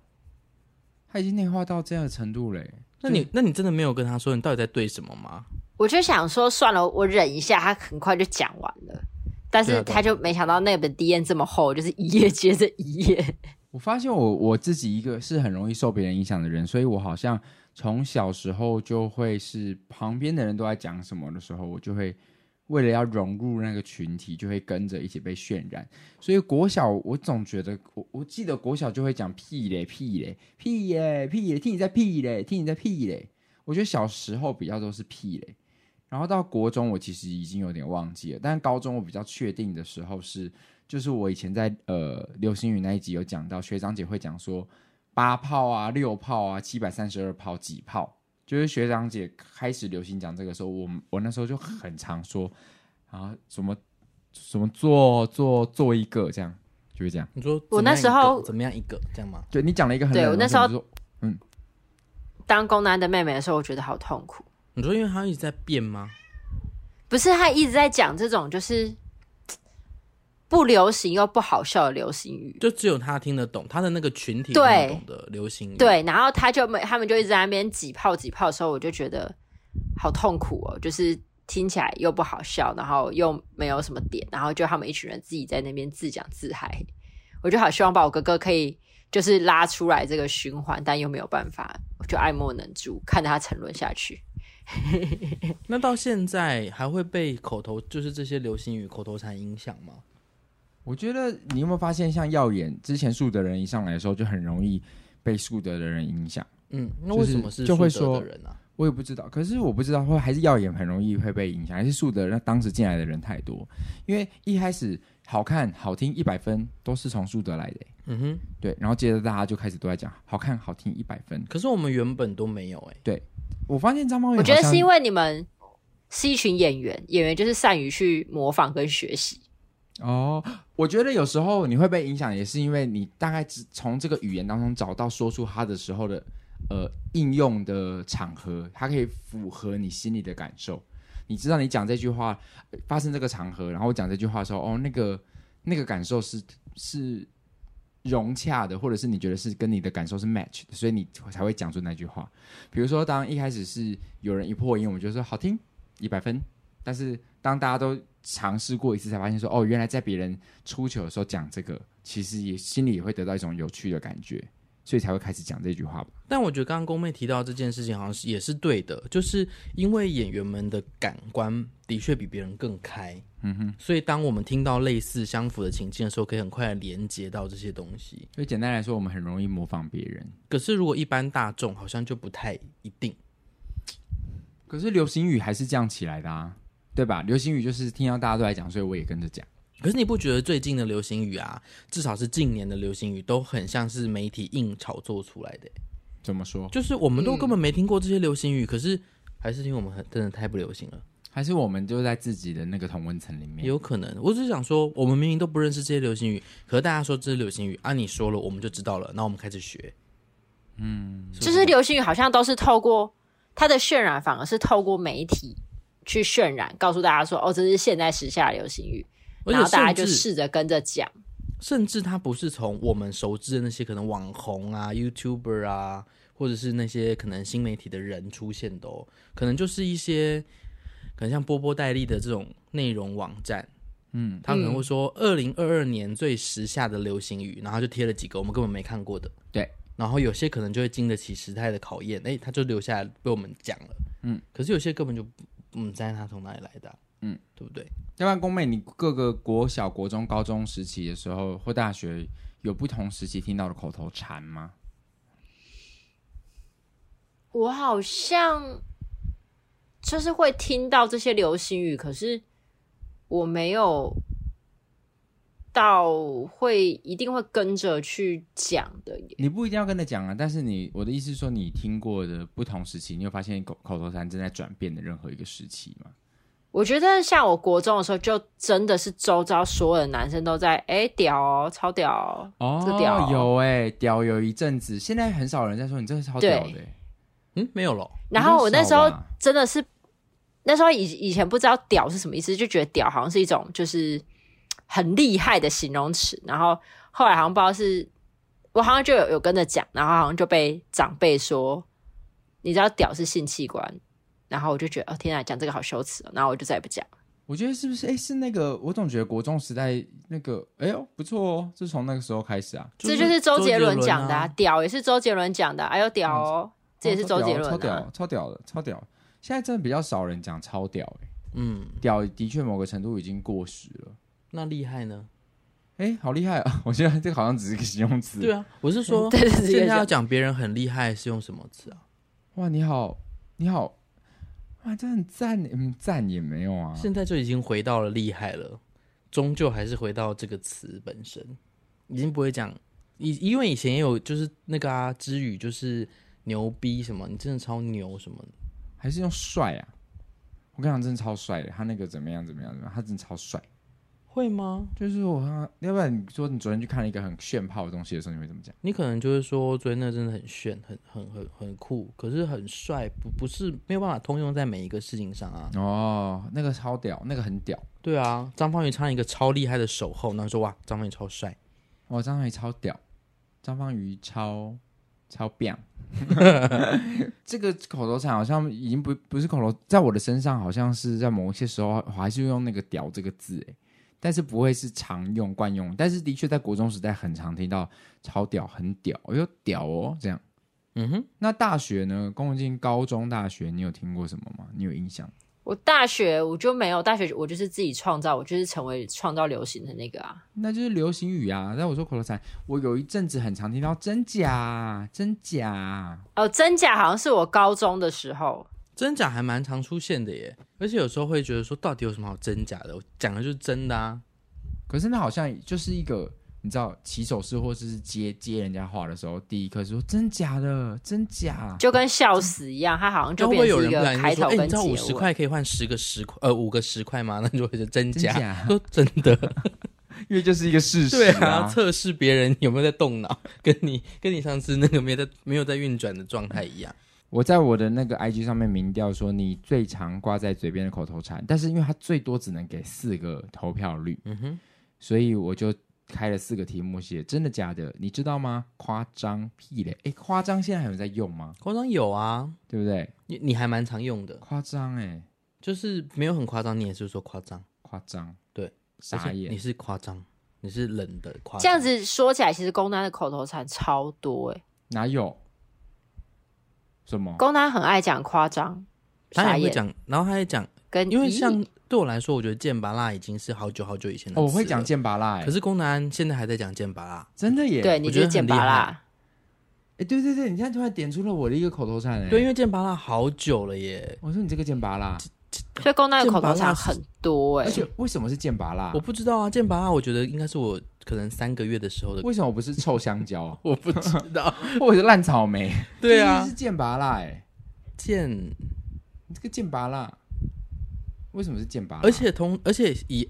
[SPEAKER 2] 他已经内化到这样的程度嘞。
[SPEAKER 1] 那你那你真的没有跟他说你到底在对什么吗？
[SPEAKER 3] 我就想说，算了，我忍一下，他很快就讲完了。但
[SPEAKER 1] 对
[SPEAKER 3] 是
[SPEAKER 1] 啊对啊
[SPEAKER 3] 他就没想到那本 D N 这么厚，就是一页接着一页。 [laughs]
[SPEAKER 2] 我发现我我自己一个是很容易受别人影响的人，所以我好像从小时候就会是旁边的人都在讲什么的时候，我就会为了要融入那个群体，就会跟着一起被渲染。所以国小我总觉得，我我记得国小就会讲屁嘞屁嘞屁耶屁嘞，听你在屁嘞，听你在屁嘞。我觉得小时候比较都是屁嘞，然后到国中我其实已经有点忘记了，但高中我比较确定的时候是。就是我以前在呃流星雨那一集有讲到，学长姐会讲说八炮啊、六炮啊、七百三十二炮、几炮，就是学长姐开始流行讲这个时候，我我那时候就很常说啊什么什么做做做一个这样，就是这样。
[SPEAKER 1] 你说
[SPEAKER 3] 我
[SPEAKER 1] 怎么
[SPEAKER 3] 那
[SPEAKER 1] 样一
[SPEAKER 3] 时
[SPEAKER 1] 个
[SPEAKER 3] 候
[SPEAKER 1] 怎么样一个这样吗？
[SPEAKER 2] 对你讲了一个很
[SPEAKER 3] 对
[SPEAKER 2] 冷
[SPEAKER 3] 我
[SPEAKER 2] 门的
[SPEAKER 3] 那时候
[SPEAKER 2] 东西
[SPEAKER 3] 当宫南的妹妹的时候，我觉得好痛苦。
[SPEAKER 1] 你说因为他一直在变吗？
[SPEAKER 3] 不是他一直在讲这种就是不流行又不好笑的流行语，
[SPEAKER 1] 就只有他听得懂，他的那个群体听
[SPEAKER 3] 对
[SPEAKER 1] 得懂的流行语。，
[SPEAKER 3] 对，然后他就没，他们就一直在那边挤泡挤泡的时候，我就觉得好痛苦哦，就是听起来又不好笑，然后又没有什么点，然后就他们一群人自己在那边自讲自嗨，我就好希望把我哥哥可以就是拉出来这个循环，但又没有办法，我就爱莫能助，看着他沉沦下去。
[SPEAKER 1] 那到现在还会被口头就是这些流行语口头禅影响吗？
[SPEAKER 2] 我觉得你有没有发现，像耀眼之前树德人一上来的时候，就很容易被树德的人影响。
[SPEAKER 1] 嗯，那
[SPEAKER 2] 就
[SPEAKER 1] 为
[SPEAKER 2] 是
[SPEAKER 1] 什么是
[SPEAKER 2] 就会
[SPEAKER 1] 苏德
[SPEAKER 2] 说
[SPEAKER 1] 的人啊？
[SPEAKER 2] 我也不知道，可是我不知道会还是耀眼很容易会被影响，还是树德那当时进来的人太多，因为一开始好看好听一百分都是从树德来的、
[SPEAKER 1] 嗯哼，
[SPEAKER 2] 对，然后接着大家就开始都在讲好看好听一百分。
[SPEAKER 1] 可是我们原本都没有哎、
[SPEAKER 2] 我发现张猫，
[SPEAKER 3] 我觉得是因
[SPEAKER 2] 为
[SPEAKER 3] 为你们是一群演员，演员就是善于去模仿跟学习。
[SPEAKER 2] 哦，我觉得有时候你会被影响，也是因为你大概只从这个语言当中找到说出它的时候的呃应用的场合，它可以符合你心里的感受。你知道你讲这句话呃发生这个场合，然后我讲这句话的时候，哦，那个那个感受是是融洽的，或者是你觉得是跟你的感受是 match 的，所以你才会讲出那句话。比如说，当一开始是有人一破音，我们就说好听一百分，但是当大家都尝试过一次，才发现说哦，原来在别人出糗的时候讲这个，其实也心里也会得到一种有趣的感觉，所以才会开始讲这句话吧。
[SPEAKER 1] 但我觉得刚刚宫妹提到这件事情，好像是也是对的，就是因为演员们的感官的确比别人更开，嗯哼，所以当我们听到类似相符的情境的时候，可以很快地连接到这些东西。
[SPEAKER 2] 所以简单来说，我们很容易模仿别人。
[SPEAKER 1] 可是如果一般大众，好像就不太一定。
[SPEAKER 2] 可是流行语还是这样起来的啊，对吧？流行语就是听到大家都在讲，所以我也跟着讲。
[SPEAKER 1] 可是你不觉得最近的流行语啊，至少是近年的流行语，都很像是媒体硬炒作出来的欸、
[SPEAKER 2] 怎么说？
[SPEAKER 1] 就是我们都根本没听过这些流行语，可是还是因为我们很真的太不流行了，
[SPEAKER 2] 还是我们就在自己的那个同温层里
[SPEAKER 1] 也
[SPEAKER 2] 面？
[SPEAKER 1] 有可能。我只是想说，我们明明都不认识这些流行语，可是大家说这是流行语啊，你说了我们就知道了，那我们开始学。嗯，
[SPEAKER 3] 就是流行语好像都是透过它的渲染，反而是透过媒体去渲染，告诉大家说哦，这是现代时下的流行语，
[SPEAKER 1] 而
[SPEAKER 3] 然
[SPEAKER 1] 且
[SPEAKER 3] 后大家
[SPEAKER 1] 甚
[SPEAKER 3] 就
[SPEAKER 1] 至
[SPEAKER 3] 试着跟着讲。
[SPEAKER 1] 甚至它不是从我们熟知的那些可能网红啊、YouTuber 啊，或者是那些可能新媒体的人出现的哦，可能就是一些可能像波波戴利的这种内容网站，嗯，他可能会说二零二二年最时下的流行语，然后就贴了几个我们根本没看过的，
[SPEAKER 2] 对，
[SPEAKER 1] 然然后有些可能就会经得起时代的考验，哎，他就留下来被我们讲了，
[SPEAKER 2] 嗯，
[SPEAKER 1] 可是有些根本就嗯，在他从哪里来的啊、
[SPEAKER 2] 嗯，
[SPEAKER 1] 对不对？
[SPEAKER 2] 要不然，宫妹，你各个国小、国中、高中时期的时候，或大学有不同时期听到的口头禅吗？
[SPEAKER 3] 我好像就是会听到这些流行语，可是我没有到会一定会跟着去讲的耶。
[SPEAKER 2] 你不一定要跟他讲啊，但是你我的意思是说，你听过的不同时期，你有发现口口头禅正在转变的任何一个时期吗？
[SPEAKER 3] 我觉得像我国中的时候，就真的是周遭所有的男生都在哎、屌哦，超屌哦，
[SPEAKER 2] 哦，
[SPEAKER 3] 这屌
[SPEAKER 2] 有哎、屌有一阵子，现在很少人在说你这个超屌的、
[SPEAKER 3] 对
[SPEAKER 2] 欸。
[SPEAKER 1] 嗯，没有咯。
[SPEAKER 3] 然后我那时候
[SPEAKER 2] 很少吧
[SPEAKER 3] 真的是，那时候以以前不知道“屌”是什么意思，就觉得“屌”好像是一种就是很厉害的形容词。然后后来好像不知道是，我好像就有有跟着讲，然后好像就被长辈说，你知道“屌”是性器官。然后我就觉得，哦天啊，讲这个好羞耻、哦，然后我就再也不讲。
[SPEAKER 2] 我觉得是不是？哎、是那个，我总觉得国中时代那个，哎呦不错哦，是从那个时候开始啊。
[SPEAKER 3] 哦这就是周杰伦讲的、
[SPEAKER 1] 啊
[SPEAKER 3] 啊，屌也是周杰伦讲的、啊，哎呦屌哦，这也是周杰伦、啊
[SPEAKER 2] 超屌，超屌的，超屌。现在真的比较少人讲超屌、欸，
[SPEAKER 1] 嗯，
[SPEAKER 2] 屌的确某个程度已经过时了。
[SPEAKER 1] 那厉害呢？
[SPEAKER 2] 哎、好厉害啊！ [laughs] 我觉得这个好像只是个形容词。
[SPEAKER 1] 对啊，我是说，
[SPEAKER 3] 对对对
[SPEAKER 1] 现在要讲别人很厉害是用什么词啊？
[SPEAKER 2] 哇，你好，你好，哇，这很赞欸，嗯，赞也没有啊。
[SPEAKER 1] 现在就已经回到了厉害了，终究还是回到这个词本身，已经不会讲。以因为以前也有就是那个啊，之语就是牛逼什么，你真的超牛什么的。
[SPEAKER 2] 还是用帅啊！我跟你讲，真的超帅的，他那个怎么样怎么样怎么样，他真的超帅。
[SPEAKER 1] 会吗？
[SPEAKER 2] 就是我看他，要不然你说你昨天去看了一个很炫炮的东西的时候，你会怎么讲？
[SPEAKER 1] 你可能就会说，昨天那真的很炫，很很很很酷，可是很帅，不不是没有办法通用在每一个事情上啊。
[SPEAKER 2] 哦，那个超屌，那个很屌，
[SPEAKER 1] 对啊，张方宇唱一个超厉害的守候，然后说哇，张方宇超帅，
[SPEAKER 2] 哇，张方宇哦超屌，张方宇超超棒。 [laughs] 这个口头禅好像已经不不是口头，在我的身上好像是在某一些时候我还是用那个“屌”这个字，哎，但是不会是常用惯用，但是的确在国中时代很常听到“超屌”“很屌”，哎呦屌哦这样。
[SPEAKER 1] 嗯哼，
[SPEAKER 2] 那大学呢？宫文静高中、大学，你有听过什么吗？你有印象？
[SPEAKER 3] 我大学我就没有，大学我就是自己创造，我就是成为创造流行的那个啊。
[SPEAKER 2] 那就是流行语啊。但我说口头禅，我有一阵子很常听到“真假”“真假
[SPEAKER 3] 哦，真假好像是我高中的时候，
[SPEAKER 1] 真假还蛮常出现的耶，而且有时候会觉得说，到底有什么好真假的？我讲的就是真的啊。”，
[SPEAKER 2] 可是那好像就是一个你知道起手式或者是接接人家话的时候，第一刻说“真假的”“真假
[SPEAKER 3] 就跟笑死一样，它好像就
[SPEAKER 1] 会不会
[SPEAKER 3] 变
[SPEAKER 1] 有
[SPEAKER 3] 成一
[SPEAKER 1] 人不
[SPEAKER 3] 个
[SPEAKER 1] 然
[SPEAKER 3] 开
[SPEAKER 1] 就说
[SPEAKER 3] 头：“
[SPEAKER 1] 哎、
[SPEAKER 3] 跟
[SPEAKER 1] 你知
[SPEAKER 3] 结
[SPEAKER 1] 道五十
[SPEAKER 3] 尾。
[SPEAKER 1] 块可以换十个十块，呃，五个十块吗？”那 [laughs] 你就会觉得真”“
[SPEAKER 2] 真
[SPEAKER 1] 假，
[SPEAKER 2] 假
[SPEAKER 1] 说真
[SPEAKER 3] [laughs]
[SPEAKER 1] 的，”，
[SPEAKER 2] 因为就是一个事实、
[SPEAKER 1] 对
[SPEAKER 2] [laughs]
[SPEAKER 1] 啊，测试别人有没有在动脑，跟你跟你上次那个没在没有在运转的状态一样。
[SPEAKER 2] 我在我的那个 IG 上面民调说，你最常挂在嘴边的口头禅，但是因为它最多只能给四个投票率，
[SPEAKER 1] 嗯哼，
[SPEAKER 2] 所以我就开了四个题目写真的假的，你知道吗？夸张屁 [laughs] 嘞！诶，哎夸张现在还有在用吗？
[SPEAKER 1] 夸张有啊，
[SPEAKER 2] 对不对？
[SPEAKER 1] 你你还蛮常用的，
[SPEAKER 2] 夸张诶，
[SPEAKER 1] 就是没有很夸张，你也是说夸张，
[SPEAKER 2] 夸张，哎
[SPEAKER 1] 对，
[SPEAKER 2] 傻
[SPEAKER 1] 而且你
[SPEAKER 2] 眼。
[SPEAKER 1] 是夸张，你是冷的夸张，
[SPEAKER 3] 这样子说起来，其实公单的口头禅超多诶、
[SPEAKER 2] 哪有？什么？
[SPEAKER 3] 公单很爱讲夸张，
[SPEAKER 1] 他
[SPEAKER 3] 傻
[SPEAKER 1] 也会
[SPEAKER 3] 眼，
[SPEAKER 1] 讲，然后他也讲，
[SPEAKER 3] 跟
[SPEAKER 1] 因为
[SPEAKER 3] 咦
[SPEAKER 1] 像对我来说，我觉得剑拔辣已经是好久好久以前的、
[SPEAKER 2] 哦我会讲，剑拔辣、欸，
[SPEAKER 1] 可是宫南现在还在讲剑拔辣，
[SPEAKER 2] 真的耶。
[SPEAKER 3] 对你
[SPEAKER 1] 我
[SPEAKER 3] 就
[SPEAKER 1] 觉得
[SPEAKER 3] 是剑
[SPEAKER 1] 很
[SPEAKER 3] 拔
[SPEAKER 1] 厉害
[SPEAKER 3] 啦，
[SPEAKER 2] 诶，对对对，你现在突然点出了我的一个口头禅诶。欸
[SPEAKER 1] 对，因为剑拔辣好久了耶，
[SPEAKER 2] 我说你这个剑拔辣，
[SPEAKER 3] 所以公单的口头
[SPEAKER 1] 剑拔辣
[SPEAKER 3] 禅
[SPEAKER 1] 是
[SPEAKER 3] 很多哎诶、
[SPEAKER 2] 而且为什么是剑拔辣
[SPEAKER 1] 我？不知道啊，剑拔辣，我觉得应该是我可能三个月的时候的，
[SPEAKER 2] 为什么不是臭香蕉
[SPEAKER 1] [laughs] ，我不知道，
[SPEAKER 2] [laughs] 或者是烂草莓？
[SPEAKER 1] 对啊
[SPEAKER 2] 这是，剑拔辣诶，
[SPEAKER 1] 剑，
[SPEAKER 2] 你这个剑拔辣，为什么是剑拔辣？
[SPEAKER 1] 而且同而且以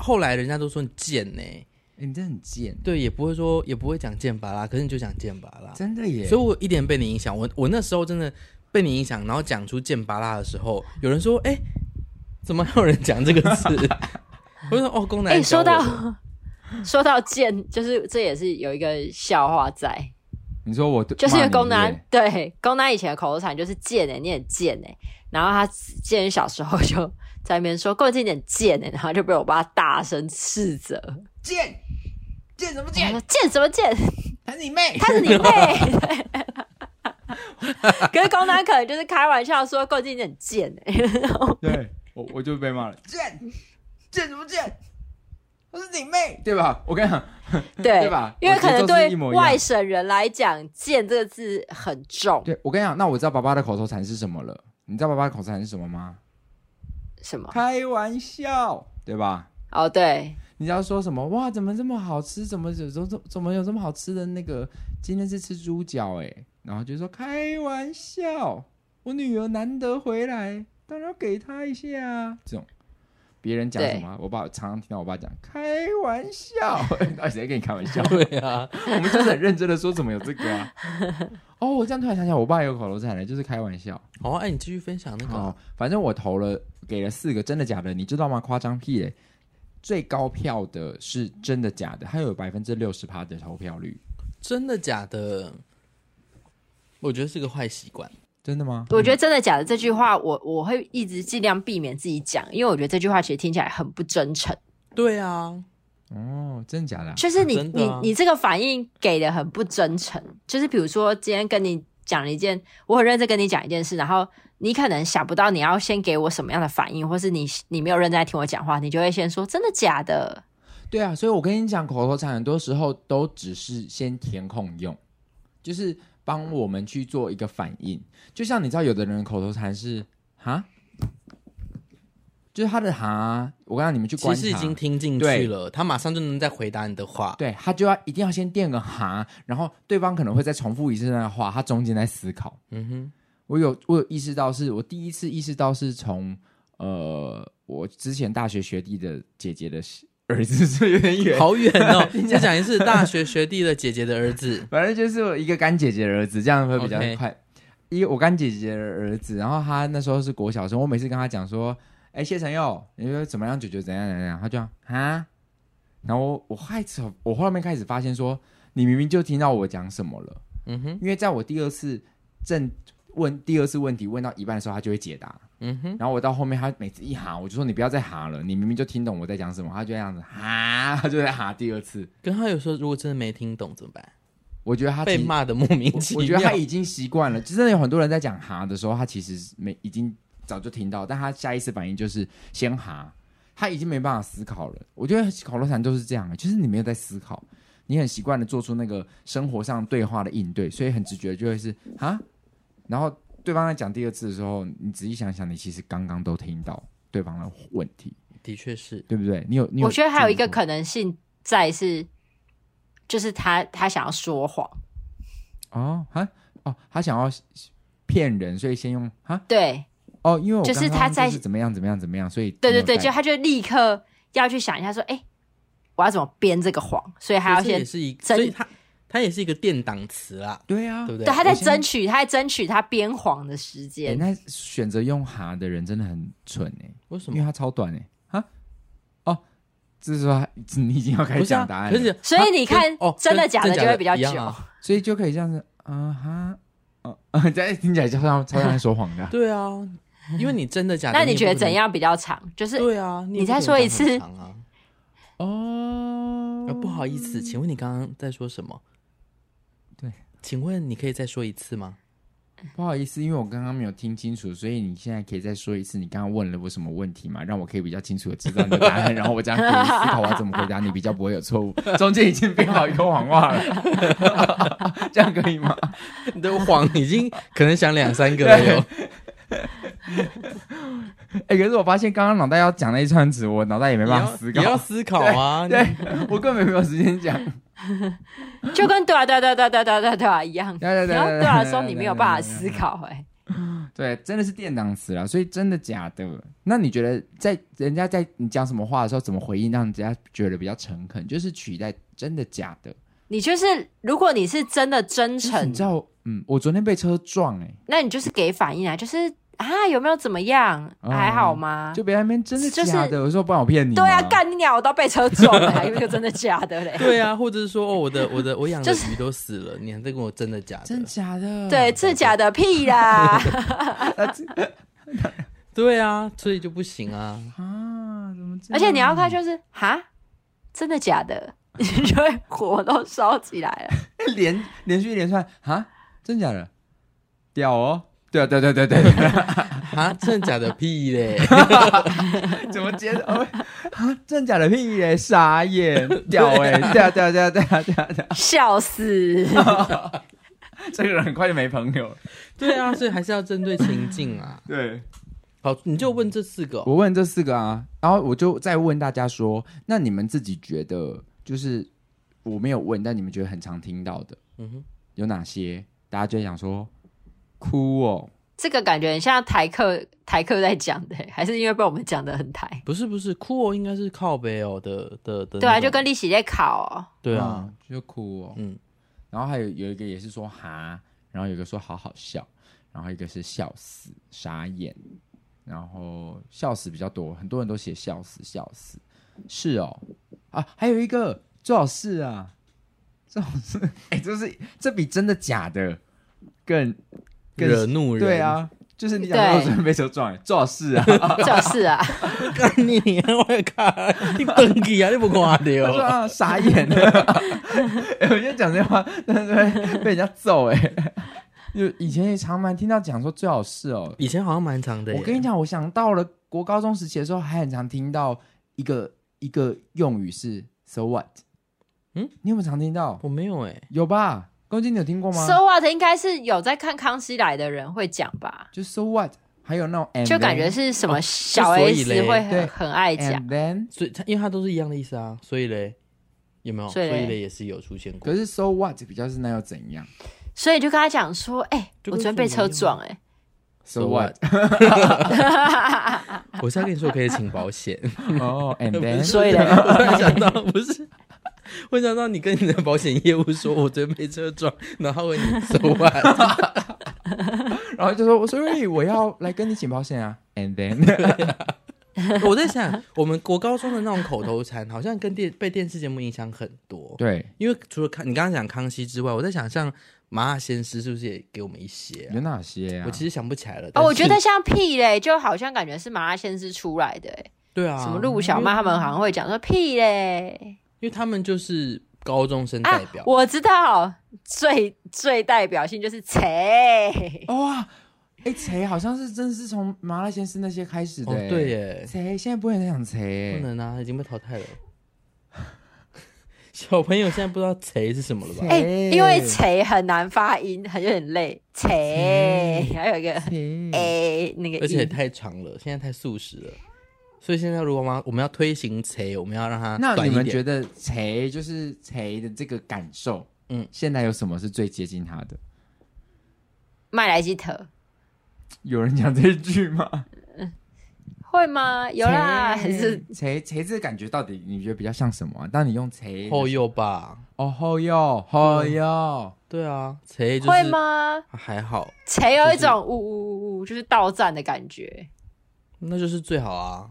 [SPEAKER 1] 后来人家都说你贱呢、
[SPEAKER 2] 诶你真的很贱，
[SPEAKER 1] 对，也不会说也不会讲剑拔辣，可是你就讲剑拔辣，
[SPEAKER 2] 真的耶。
[SPEAKER 1] 所以我一点被你影响，我我那时候真的被你影响，然后讲出剑拔辣的时候，有人说：“哎、怎么还有人讲这个字？” [laughs] 我就说：“哦，公
[SPEAKER 3] 哎、
[SPEAKER 1] 男教
[SPEAKER 3] 说
[SPEAKER 1] 我的。
[SPEAKER 3] 到 [laughs] 说到剑，就是这也是有一个笑话在，
[SPEAKER 2] 你说我对
[SPEAKER 3] 就是
[SPEAKER 2] 骂
[SPEAKER 3] 因为
[SPEAKER 2] 你
[SPEAKER 3] 宫南
[SPEAKER 1] 啊
[SPEAKER 2] 耶
[SPEAKER 3] 对宫南以前的口头禅就是贱哎、你很贱哎、然后他贱人小时候就在那边说宫南你很贱哎、然后就被我爸大声斥责，
[SPEAKER 2] 贱贱什么
[SPEAKER 3] 我
[SPEAKER 2] 贱？
[SPEAKER 3] 说贱什么贱，
[SPEAKER 2] 他是
[SPEAKER 1] [laughs]
[SPEAKER 2] 你妹，
[SPEAKER 3] 他是你
[SPEAKER 2] [laughs]
[SPEAKER 3] 妹。对可是公男可能就是开玩笑说够近很贱哎、
[SPEAKER 2] [laughs] 对我我就被骂了，贱贱什么贱？他是你妹，对吧？我跟你讲，对吧
[SPEAKER 3] 因为可能
[SPEAKER 2] 我节奏是
[SPEAKER 3] 对
[SPEAKER 2] 一模一样
[SPEAKER 3] 外省人来讲，“贱”这个字很重。
[SPEAKER 2] 对我跟你讲，那我知道爸爸的口头禅是什么了。你知道爸爸的口头禅是什么吗？
[SPEAKER 3] 什么？
[SPEAKER 2] 开玩笑，对吧？
[SPEAKER 3] 哦，对，
[SPEAKER 2] 你要说什么？哇，怎么这么好吃？怎么有怎么怎么有这么好吃的那个？今天是吃猪脚哎、然后就说开玩笑，我女儿难得回来，当然要给她一下啊。这种别人讲什么啊，我爸常常听到我爸讲开玩笑， [laughs] 到底谁在跟你开玩笑？
[SPEAKER 1] 对啊，
[SPEAKER 2] [laughs] 我们就是很认真的说怎么有这个啊。哦，我这样突然想起来，我爸也有口头禅嘞，欸就是开玩笑。
[SPEAKER 1] 好啊，哎，你继续分享那个
[SPEAKER 2] 哦，反正我投了，给了四个真的假的，你知道吗？夸张屁嘞！最高票的是真的假的，它有百分之六十趴的投票率，
[SPEAKER 1] 真的假的？我觉得是个坏习惯。
[SPEAKER 2] 真的吗？
[SPEAKER 3] 我觉得真的假的这句话，我我会一直尽量避免自己讲，因为我觉得这句话其实听起来很不真诚。
[SPEAKER 1] 对啊，
[SPEAKER 2] 哦，真的假的啊、
[SPEAKER 3] 就是你、
[SPEAKER 1] 真
[SPEAKER 3] 你
[SPEAKER 1] 的啊
[SPEAKER 3] 你这个反应给的很不真诚。就是比如说今天跟你讲了一件，我很认真跟你讲一件事，然后你可能想不到你要先给我什么样的反应，或是你你没有认真在听我讲话，你就会先说真的假的。
[SPEAKER 2] 对啊，所以我跟你讲，口头禅很多时候都只是先填空用，就是帮我们去做一个反应。就像你知道，有的人口头禅是哈，就是他的哈，我刚刚你们去
[SPEAKER 1] 其
[SPEAKER 2] 观察，
[SPEAKER 1] 实已经听进去了，他马上就能再回答你的话。
[SPEAKER 2] 对他就要一定要先垫个哈，然后对方可能会再重复一次那个话，他中间在思考。
[SPEAKER 1] 嗯
[SPEAKER 2] [laughs]
[SPEAKER 1] 哼，
[SPEAKER 2] 我有我有意识到是，我第一次意识到是从呃我之前大学学弟的姐姐的儿子，是有点远。
[SPEAKER 1] 好远
[SPEAKER 2] [laughs]
[SPEAKER 1] 哦！再讲一次，大学学弟的姐姐的儿子，
[SPEAKER 2] 反正就是我一个干姐姐的儿子，这样会比较
[SPEAKER 1] OK
[SPEAKER 2] 快。一个我干姐姐的儿子，然后他那时候是国小生，我每次跟他讲说：“哎、谢承佑，你说怎么样？九九怎样怎样怎样？”他就啊，然后我我开始我后面开始发现说，你明明就听到我讲什么了。
[SPEAKER 1] 嗯哼，
[SPEAKER 2] 因为在我第二次正问第二次问题问到一半的时候，他就会解答。
[SPEAKER 1] 嗯哼，
[SPEAKER 2] 然后我到后面，他每次一喊，我就说你不要再喊了，你明明就听懂我在讲什么，他就这样子哈，他就在哈第二次。
[SPEAKER 1] 跟他有时候如果真的没听懂怎么办？
[SPEAKER 2] 我觉得他
[SPEAKER 1] 被
[SPEAKER 2] 其实
[SPEAKER 1] 骂的莫名
[SPEAKER 2] [laughs] 我
[SPEAKER 1] 其妙。
[SPEAKER 2] 我觉得他已经习惯了，真的有很多人在讲哈的时候，他其实没已经早就听到，但他下意识反应就是先哈，他已经没办法思考了。我觉得口头禅都是这样，就是你没有在思考，你很习惯的做出那个生活上对话的应对，所以很直觉就会是哈，然后对方在讲第二次的时候，你仔细想想，你其实刚刚都听到对方的问题，
[SPEAKER 1] 的确是，
[SPEAKER 2] 对不对？你有，你有
[SPEAKER 3] 我觉得还有一个
[SPEAKER 2] 注意过
[SPEAKER 3] 可能性在是，就是他他想要说谎，
[SPEAKER 2] 哦哈哦，他想要骗人，所以先用哈。
[SPEAKER 3] 对
[SPEAKER 2] 哦，因为我
[SPEAKER 3] 就是
[SPEAKER 2] 刚刚
[SPEAKER 3] 他在
[SPEAKER 2] 是怎么样怎么样怎么样，所以
[SPEAKER 3] 对对
[SPEAKER 2] 没
[SPEAKER 3] 对，
[SPEAKER 2] 有带
[SPEAKER 3] 就他就立刻要去想一下说，哎、我要怎么编这个谎，所以他要
[SPEAKER 1] 所以这
[SPEAKER 3] 先
[SPEAKER 1] 也是一，
[SPEAKER 3] 真
[SPEAKER 1] 所以他他也是一个垫档词啦，
[SPEAKER 2] 对啊，
[SPEAKER 1] 对不对？
[SPEAKER 2] 对？
[SPEAKER 3] 嗯对，他在
[SPEAKER 2] 我先
[SPEAKER 3] 争取，他在争取他编谎的时间。
[SPEAKER 2] 那选择用哈的人真的很蠢哎、
[SPEAKER 1] 为什
[SPEAKER 2] 因为
[SPEAKER 1] 么？
[SPEAKER 2] 他超短哎、啊哦，就是说他 [laughs] 你已经要开
[SPEAKER 1] 不
[SPEAKER 2] 始
[SPEAKER 1] 是啊
[SPEAKER 2] 讲答案
[SPEAKER 1] 可
[SPEAKER 2] 了，
[SPEAKER 1] 是
[SPEAKER 3] 所以你
[SPEAKER 1] 他
[SPEAKER 3] 看
[SPEAKER 1] 跟哦，
[SPEAKER 3] 真的
[SPEAKER 1] 跟
[SPEAKER 3] 假的
[SPEAKER 1] 真
[SPEAKER 3] 就会比较
[SPEAKER 1] 一样啊
[SPEAKER 2] 所以就可以这样子啊哈，哦、 [laughs] 啊，这听起来就像超像在说谎的啊、
[SPEAKER 1] 对啊，因为你真的假的，
[SPEAKER 3] [laughs] 那你
[SPEAKER 1] 也
[SPEAKER 3] 觉得
[SPEAKER 1] 不可能
[SPEAKER 3] 怎？样比较长？就是
[SPEAKER 1] 对啊，你也不
[SPEAKER 3] 你再
[SPEAKER 1] 可能
[SPEAKER 3] 说一
[SPEAKER 1] 讲很
[SPEAKER 3] 次
[SPEAKER 1] 长啊！
[SPEAKER 2] 哦
[SPEAKER 1] 啊，不好意思，请问你刚刚在说什么？
[SPEAKER 2] 对，
[SPEAKER 1] 请问你可以再说一次吗？
[SPEAKER 2] 不好意思，因为我刚刚没有听清楚，所以你现在可以再说一次你刚刚问了我什么问题嘛，让我可以比较清楚的知道你的答案，然后我这样可以思考我要怎么回答你，比较不会有
[SPEAKER 1] [laughs]
[SPEAKER 2] 错误。中间已经编好一个谎话了，这样可以吗？
[SPEAKER 1] [laughs] 你的谎已经可能想两三个了哟。
[SPEAKER 2] 哎、可是我发现刚刚脑袋要讲那一串词，我脑袋也没
[SPEAKER 1] 你
[SPEAKER 2] 办
[SPEAKER 1] 要
[SPEAKER 2] 法思
[SPEAKER 1] 你要
[SPEAKER 2] 考，
[SPEAKER 1] 思考啊！
[SPEAKER 2] 对我根本没有时间讲。
[SPEAKER 3] 就跟对啊对啊对啊对啊对啊对啊对啊对啊一样，
[SPEAKER 2] 对对
[SPEAKER 3] 你
[SPEAKER 2] 对
[SPEAKER 3] 要
[SPEAKER 2] 对
[SPEAKER 3] 对啊的时候你没有办法思考哎、
[SPEAKER 2] 对，真的是垫档词啦，所以真的假的？那你觉得在人家在你讲什么话的时候，怎么回应让人家觉得比较诚恳？就是取代真的假的。
[SPEAKER 3] 你就是如果你是真的真
[SPEAKER 2] 就是
[SPEAKER 3] 诚
[SPEAKER 2] 你知，道，嗯，我昨天被车撞、欸，
[SPEAKER 3] 那你就是给反应啊，就是啊有没有怎么样，
[SPEAKER 2] 哦
[SPEAKER 3] 还好吗？
[SPEAKER 2] 就别在那边真的
[SPEAKER 3] 啊就是
[SPEAKER 2] 假的，我说不然我骗你吗，
[SPEAKER 3] 对啊，干你鸟我都被车撞了，还以为真的假的嘞。
[SPEAKER 1] 对啊，或者是说，哦，我的我的我养的
[SPEAKER 3] 就是
[SPEAKER 1] 鱼都死了，你还在跟我真的假的
[SPEAKER 2] 真？假的，啊
[SPEAKER 3] 对，这假的屁啦！
[SPEAKER 1] 对啊，所以就不行啊。
[SPEAKER 2] 啊，怎么这样？
[SPEAKER 1] 嗯
[SPEAKER 3] 而且你要看就是哈，真的假的？ [laughs] 你就会火都烧起来了。
[SPEAKER 2] 哎连连续一连串啊，真假的？屌哦！对啊，对对对对对， [laughs]
[SPEAKER 1] [laughs] 啊，真的假的屁嘞！
[SPEAKER 2] 怎么接的？哦啊，真假的屁嘞，傻眼，屌哎、对啊对啊对啊对啊对啊对啊，
[SPEAKER 3] 笑死！ [laughs]
[SPEAKER 2] 这个人很快就没朋友了。
[SPEAKER 1] [laughs] 对啊，所以还是要针对情境啊。
[SPEAKER 2] 对，
[SPEAKER 1] [laughs] 好，你就问这四个哦、
[SPEAKER 2] 我问这四个啊，然后我就再问大家说，那你们自己觉得，就是我没有问，但你们觉得很常听到的
[SPEAKER 1] 嗯哼，
[SPEAKER 2] 有哪些？大家就会想说，哭哦，
[SPEAKER 3] 这个感觉很像台客台客在讲的，欸还是因为被我们讲的很台？
[SPEAKER 1] 不是不是，酷哦，应该是靠北哦的的的那种。
[SPEAKER 3] 对啊，就跟利息在考、哦。
[SPEAKER 1] 对啊，
[SPEAKER 2] 嗯，就哭哦。
[SPEAKER 1] 嗯，
[SPEAKER 2] 然后还有有一个也是说哈，然后有一个说好好笑，然后一个是笑死傻眼，然后笑死比较多，很多人都写笑死笑死，是哦啊，还有一个最好是啊，最好是 [laughs] 哎、这是这比真的假的更更
[SPEAKER 1] 惹怒人。
[SPEAKER 2] 对，啊，就是你讲说
[SPEAKER 3] 对
[SPEAKER 2] 准备球撞，最好是啊，
[SPEAKER 3] 就是
[SPEAKER 1] [laughs]
[SPEAKER 3] 啊，
[SPEAKER 1] 干你娘！我靠，你崩起啊！你不夸 [laughs]
[SPEAKER 2] 他说
[SPEAKER 1] 掉。
[SPEAKER 2] 啊傻眼了， [laughs] 哎我就讲这话，但是被被人家揍哎、就以前也常蛮听到讲说最好是哦，
[SPEAKER 1] 以前好像蛮长的耶。
[SPEAKER 2] 我跟你讲，我想到了国高中时期的时候，还很常听到一个一个用语是 “so what”。
[SPEAKER 1] 嗯，
[SPEAKER 2] 你有没有常听到？
[SPEAKER 1] 我没有哎、
[SPEAKER 2] 有吧？公鸡，你有听过吗？
[SPEAKER 3] So what 应该是有在看《康熙来》的人会讲吧，
[SPEAKER 2] 就 “so what”，还有那种 and
[SPEAKER 3] 就感觉
[SPEAKER 1] 哎
[SPEAKER 2] then，
[SPEAKER 3] 是什么小
[SPEAKER 1] 哦所以
[SPEAKER 3] S
[SPEAKER 1] 嘞
[SPEAKER 3] 会
[SPEAKER 2] 对
[SPEAKER 3] 很很爱讲。
[SPEAKER 2] and then。
[SPEAKER 1] 所以他因为他都是一样的意思啊，所以嘞，有没有？
[SPEAKER 3] 所
[SPEAKER 1] 所
[SPEAKER 3] 以
[SPEAKER 1] 以
[SPEAKER 3] 嘞
[SPEAKER 1] 嘞也是有出现过
[SPEAKER 2] 可。是 “so what” 比较是那又怎样
[SPEAKER 3] 所以就跟他讲说，哎、
[SPEAKER 1] 就
[SPEAKER 3] 我
[SPEAKER 1] 跟
[SPEAKER 3] 昨天被车撞、欸
[SPEAKER 2] ？“so what”？
[SPEAKER 3] [laughs]
[SPEAKER 1] [laughs] 我是要跟你说，我可以请保险。
[SPEAKER 2] 哦，and [laughs]
[SPEAKER 3] 哎，
[SPEAKER 2] then，
[SPEAKER 3] 所以嘞，
[SPEAKER 1] [laughs] 我突然想到，不是， [laughs] 我想到你跟你的保险业务说，我昨天被车撞，然后问你 so
[SPEAKER 3] [laughs]
[SPEAKER 1] what？
[SPEAKER 2] 然后就说，所以我要来跟你请保险啊，and then，
[SPEAKER 1] 我在想，我们国高中的那种口头禅，好像跟电被电视节目影响很多。
[SPEAKER 2] 对，
[SPEAKER 1] 因为除了康，你刚刚讲康熙之外，我在想，像麻辣鲜师是不是也给我们一些啊、
[SPEAKER 2] 有哪些啊
[SPEAKER 1] 我？其实想不起来了。
[SPEAKER 3] 哦，
[SPEAKER 1] 但
[SPEAKER 3] 我觉
[SPEAKER 1] 是
[SPEAKER 3] 得像屁嘞，就好像感觉是麻辣鲜师出来的、哎、
[SPEAKER 1] 对啊，
[SPEAKER 3] 什么陆小曼他们好像会讲说屁嘞
[SPEAKER 1] 因为他们就是高中生
[SPEAKER 3] 啊
[SPEAKER 1] 嗯代表，，
[SPEAKER 3] 我知道，最最代表性就是切，
[SPEAKER 2] 哇，哎，谁好像是真的是从麻辣鲜师那些开始的
[SPEAKER 1] 哦
[SPEAKER 2] 欸，
[SPEAKER 1] 对耶，
[SPEAKER 2] 谁？现在不会很想谁？
[SPEAKER 1] 不能啊，已经被淘汰了。 [laughs] 小朋友现在不知道“贼”是什么了吧？
[SPEAKER 3] 哎、
[SPEAKER 2] 切
[SPEAKER 3] 因为切很难发音，很有点累，切，还有一个
[SPEAKER 2] 切
[SPEAKER 3] 哎、那个音，
[SPEAKER 1] 而且太长了，现在太速食了。所以现在如果我们要我们要推行“贼”，我们要让它
[SPEAKER 2] 那
[SPEAKER 1] 短
[SPEAKER 2] 你
[SPEAKER 1] 一
[SPEAKER 2] 们
[SPEAKER 1] 点。
[SPEAKER 2] 觉得“谁”就是“谁”的这个感受，嗯
[SPEAKER 1] 嗯，
[SPEAKER 2] 现在有什么是最接近他的？
[SPEAKER 3] 麦来基特。
[SPEAKER 2] 有人讲这一句 [laughs] 吗？
[SPEAKER 3] 会吗？有啦，还
[SPEAKER 2] 切
[SPEAKER 3] 是
[SPEAKER 2] “谁”“谁”这个感觉到底你觉得比较像什么、啊？当你用“谁”
[SPEAKER 1] 后右吧？
[SPEAKER 2] 哦后右后右，
[SPEAKER 1] 对啊，“贼”就是啊
[SPEAKER 3] 会吗？
[SPEAKER 1] 还好，
[SPEAKER 3] 才有一种呜呜呜呜，就是到站的感觉。
[SPEAKER 1] 那就是最好啊。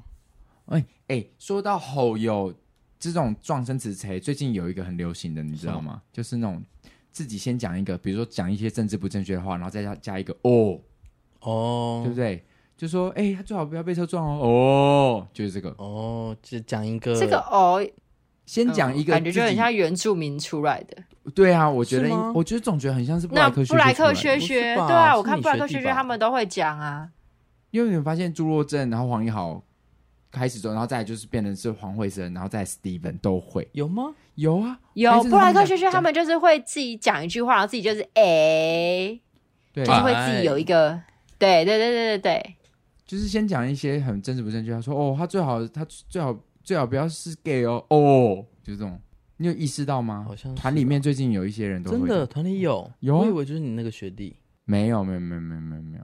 [SPEAKER 2] 哎、哎、说到后右这种撞声词“谁”，最近有一个很流行的，你知道吗？就是那种自己先讲一个，比如说讲一些政治不正确的话，然后再加加一个“哦”，
[SPEAKER 1] 哦，
[SPEAKER 2] 对不对？就说哎、他最好不要被车撞哦，哦，就是这个。
[SPEAKER 1] 哦，就讲一个
[SPEAKER 3] 这个哦，
[SPEAKER 2] 先讲一个、
[SPEAKER 3] 嗯感觉就很像原住民出来的。
[SPEAKER 2] 对啊，我觉得
[SPEAKER 1] 是吗
[SPEAKER 2] 我觉得总觉得很像是布
[SPEAKER 3] 那
[SPEAKER 2] 莱克
[SPEAKER 3] 布莱克
[SPEAKER 2] 薛
[SPEAKER 3] 学
[SPEAKER 1] 不是
[SPEAKER 3] 学，
[SPEAKER 1] 吧
[SPEAKER 3] 对啊，
[SPEAKER 1] 是
[SPEAKER 3] 我看
[SPEAKER 1] 你
[SPEAKER 3] 布莱
[SPEAKER 1] 学
[SPEAKER 3] 克
[SPEAKER 1] 弟
[SPEAKER 3] 学学
[SPEAKER 1] 吧
[SPEAKER 3] 他们都会讲啊。
[SPEAKER 2] 因为你们发现朱若正，然后黄一豪开始之后，然后再来就是变成是黄慧生，然后再来 Steven 都会
[SPEAKER 1] 有吗？
[SPEAKER 2] 有啊，
[SPEAKER 3] 有
[SPEAKER 2] 但是
[SPEAKER 3] 布莱克
[SPEAKER 2] 们
[SPEAKER 3] 学学，
[SPEAKER 2] 讲
[SPEAKER 3] 他们就是会自己讲一句话，然后自己就是哎，
[SPEAKER 2] 对
[SPEAKER 3] 就，是会自己有一
[SPEAKER 1] 哎
[SPEAKER 3] 个，对对对对对对，
[SPEAKER 2] 就是先讲一些很真实不正确，他说哦，他最好他最好最好不要是 gay 哦，哦，就是这种，你有意识到吗？
[SPEAKER 1] 好像是
[SPEAKER 2] 团里面最近有一些人都会
[SPEAKER 1] 真的团里有，
[SPEAKER 2] 有啊
[SPEAKER 1] 我以为就是你那个学弟。
[SPEAKER 2] 没有，没有，没有，没有，没有，没有。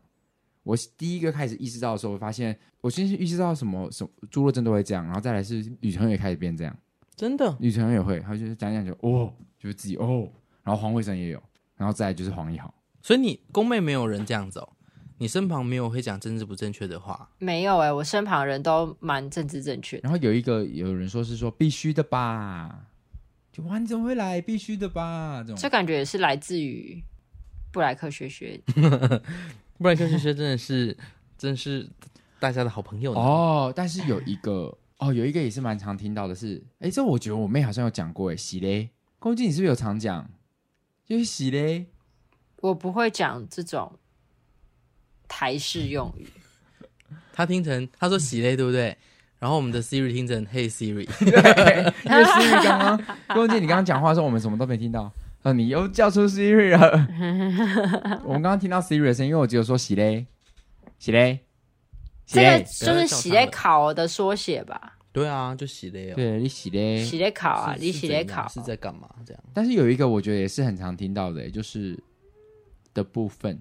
[SPEAKER 2] 我第一个开始意识到的时候，我发现我先是意识到什么什么猪肉症都会这样，然后再来是女朋友也开始变这样，
[SPEAKER 1] 真的，
[SPEAKER 2] 女朋友也会，她就是讲一讲就哦，就是自己哦，然后黄慧生也有，然后再来就是黄一豪，
[SPEAKER 1] 所以你宫妹没有人这样子哦，你身旁没有会讲政治不正确的话，
[SPEAKER 3] 没有哎、我身旁的人都蛮政治正确的。
[SPEAKER 2] 然后有一个有人说是说必须的吧，就完整会来必须的吧这
[SPEAKER 3] 这
[SPEAKER 2] 种，
[SPEAKER 3] 感觉也是来自于布莱克学学
[SPEAKER 1] 不 [laughs] 然跟学学真的是真是大家的好朋友呢。
[SPEAKER 2] 哦哦，但是有一个哦，有一个也是蛮常听到的是，哎，这我觉得我妹好像有讲过，哎，洗嘞，公鸡你是不是有常讲？就是洗嘞， [laughs]
[SPEAKER 3] 我不会讲这种台式用
[SPEAKER 1] [laughs]
[SPEAKER 3] 语，
[SPEAKER 1] 他听成他说喜嘞，对不对？然后我们的 Siri 听成 Hey Siri，
[SPEAKER 2] 因为 Siri 刚刚公鸡你刚刚讲话的时候，我们什么都没听到。啊！你又叫出 Siri 了。我们刚刚听到 Siri 的声音，因为我只有说洗嘞，洗嘞，洗
[SPEAKER 3] 这个
[SPEAKER 2] 嘞，
[SPEAKER 3] 就是喜来考的缩写吧？
[SPEAKER 1] 对啊，就喜嘞哦。
[SPEAKER 2] 对你洗嘞，
[SPEAKER 3] 喜来考啊，
[SPEAKER 1] 是
[SPEAKER 3] 你喜来
[SPEAKER 1] 是怎样
[SPEAKER 3] 考，
[SPEAKER 1] 是在干嘛？这样，
[SPEAKER 2] 但是有一个我觉得也是很常听到的，就是的部分，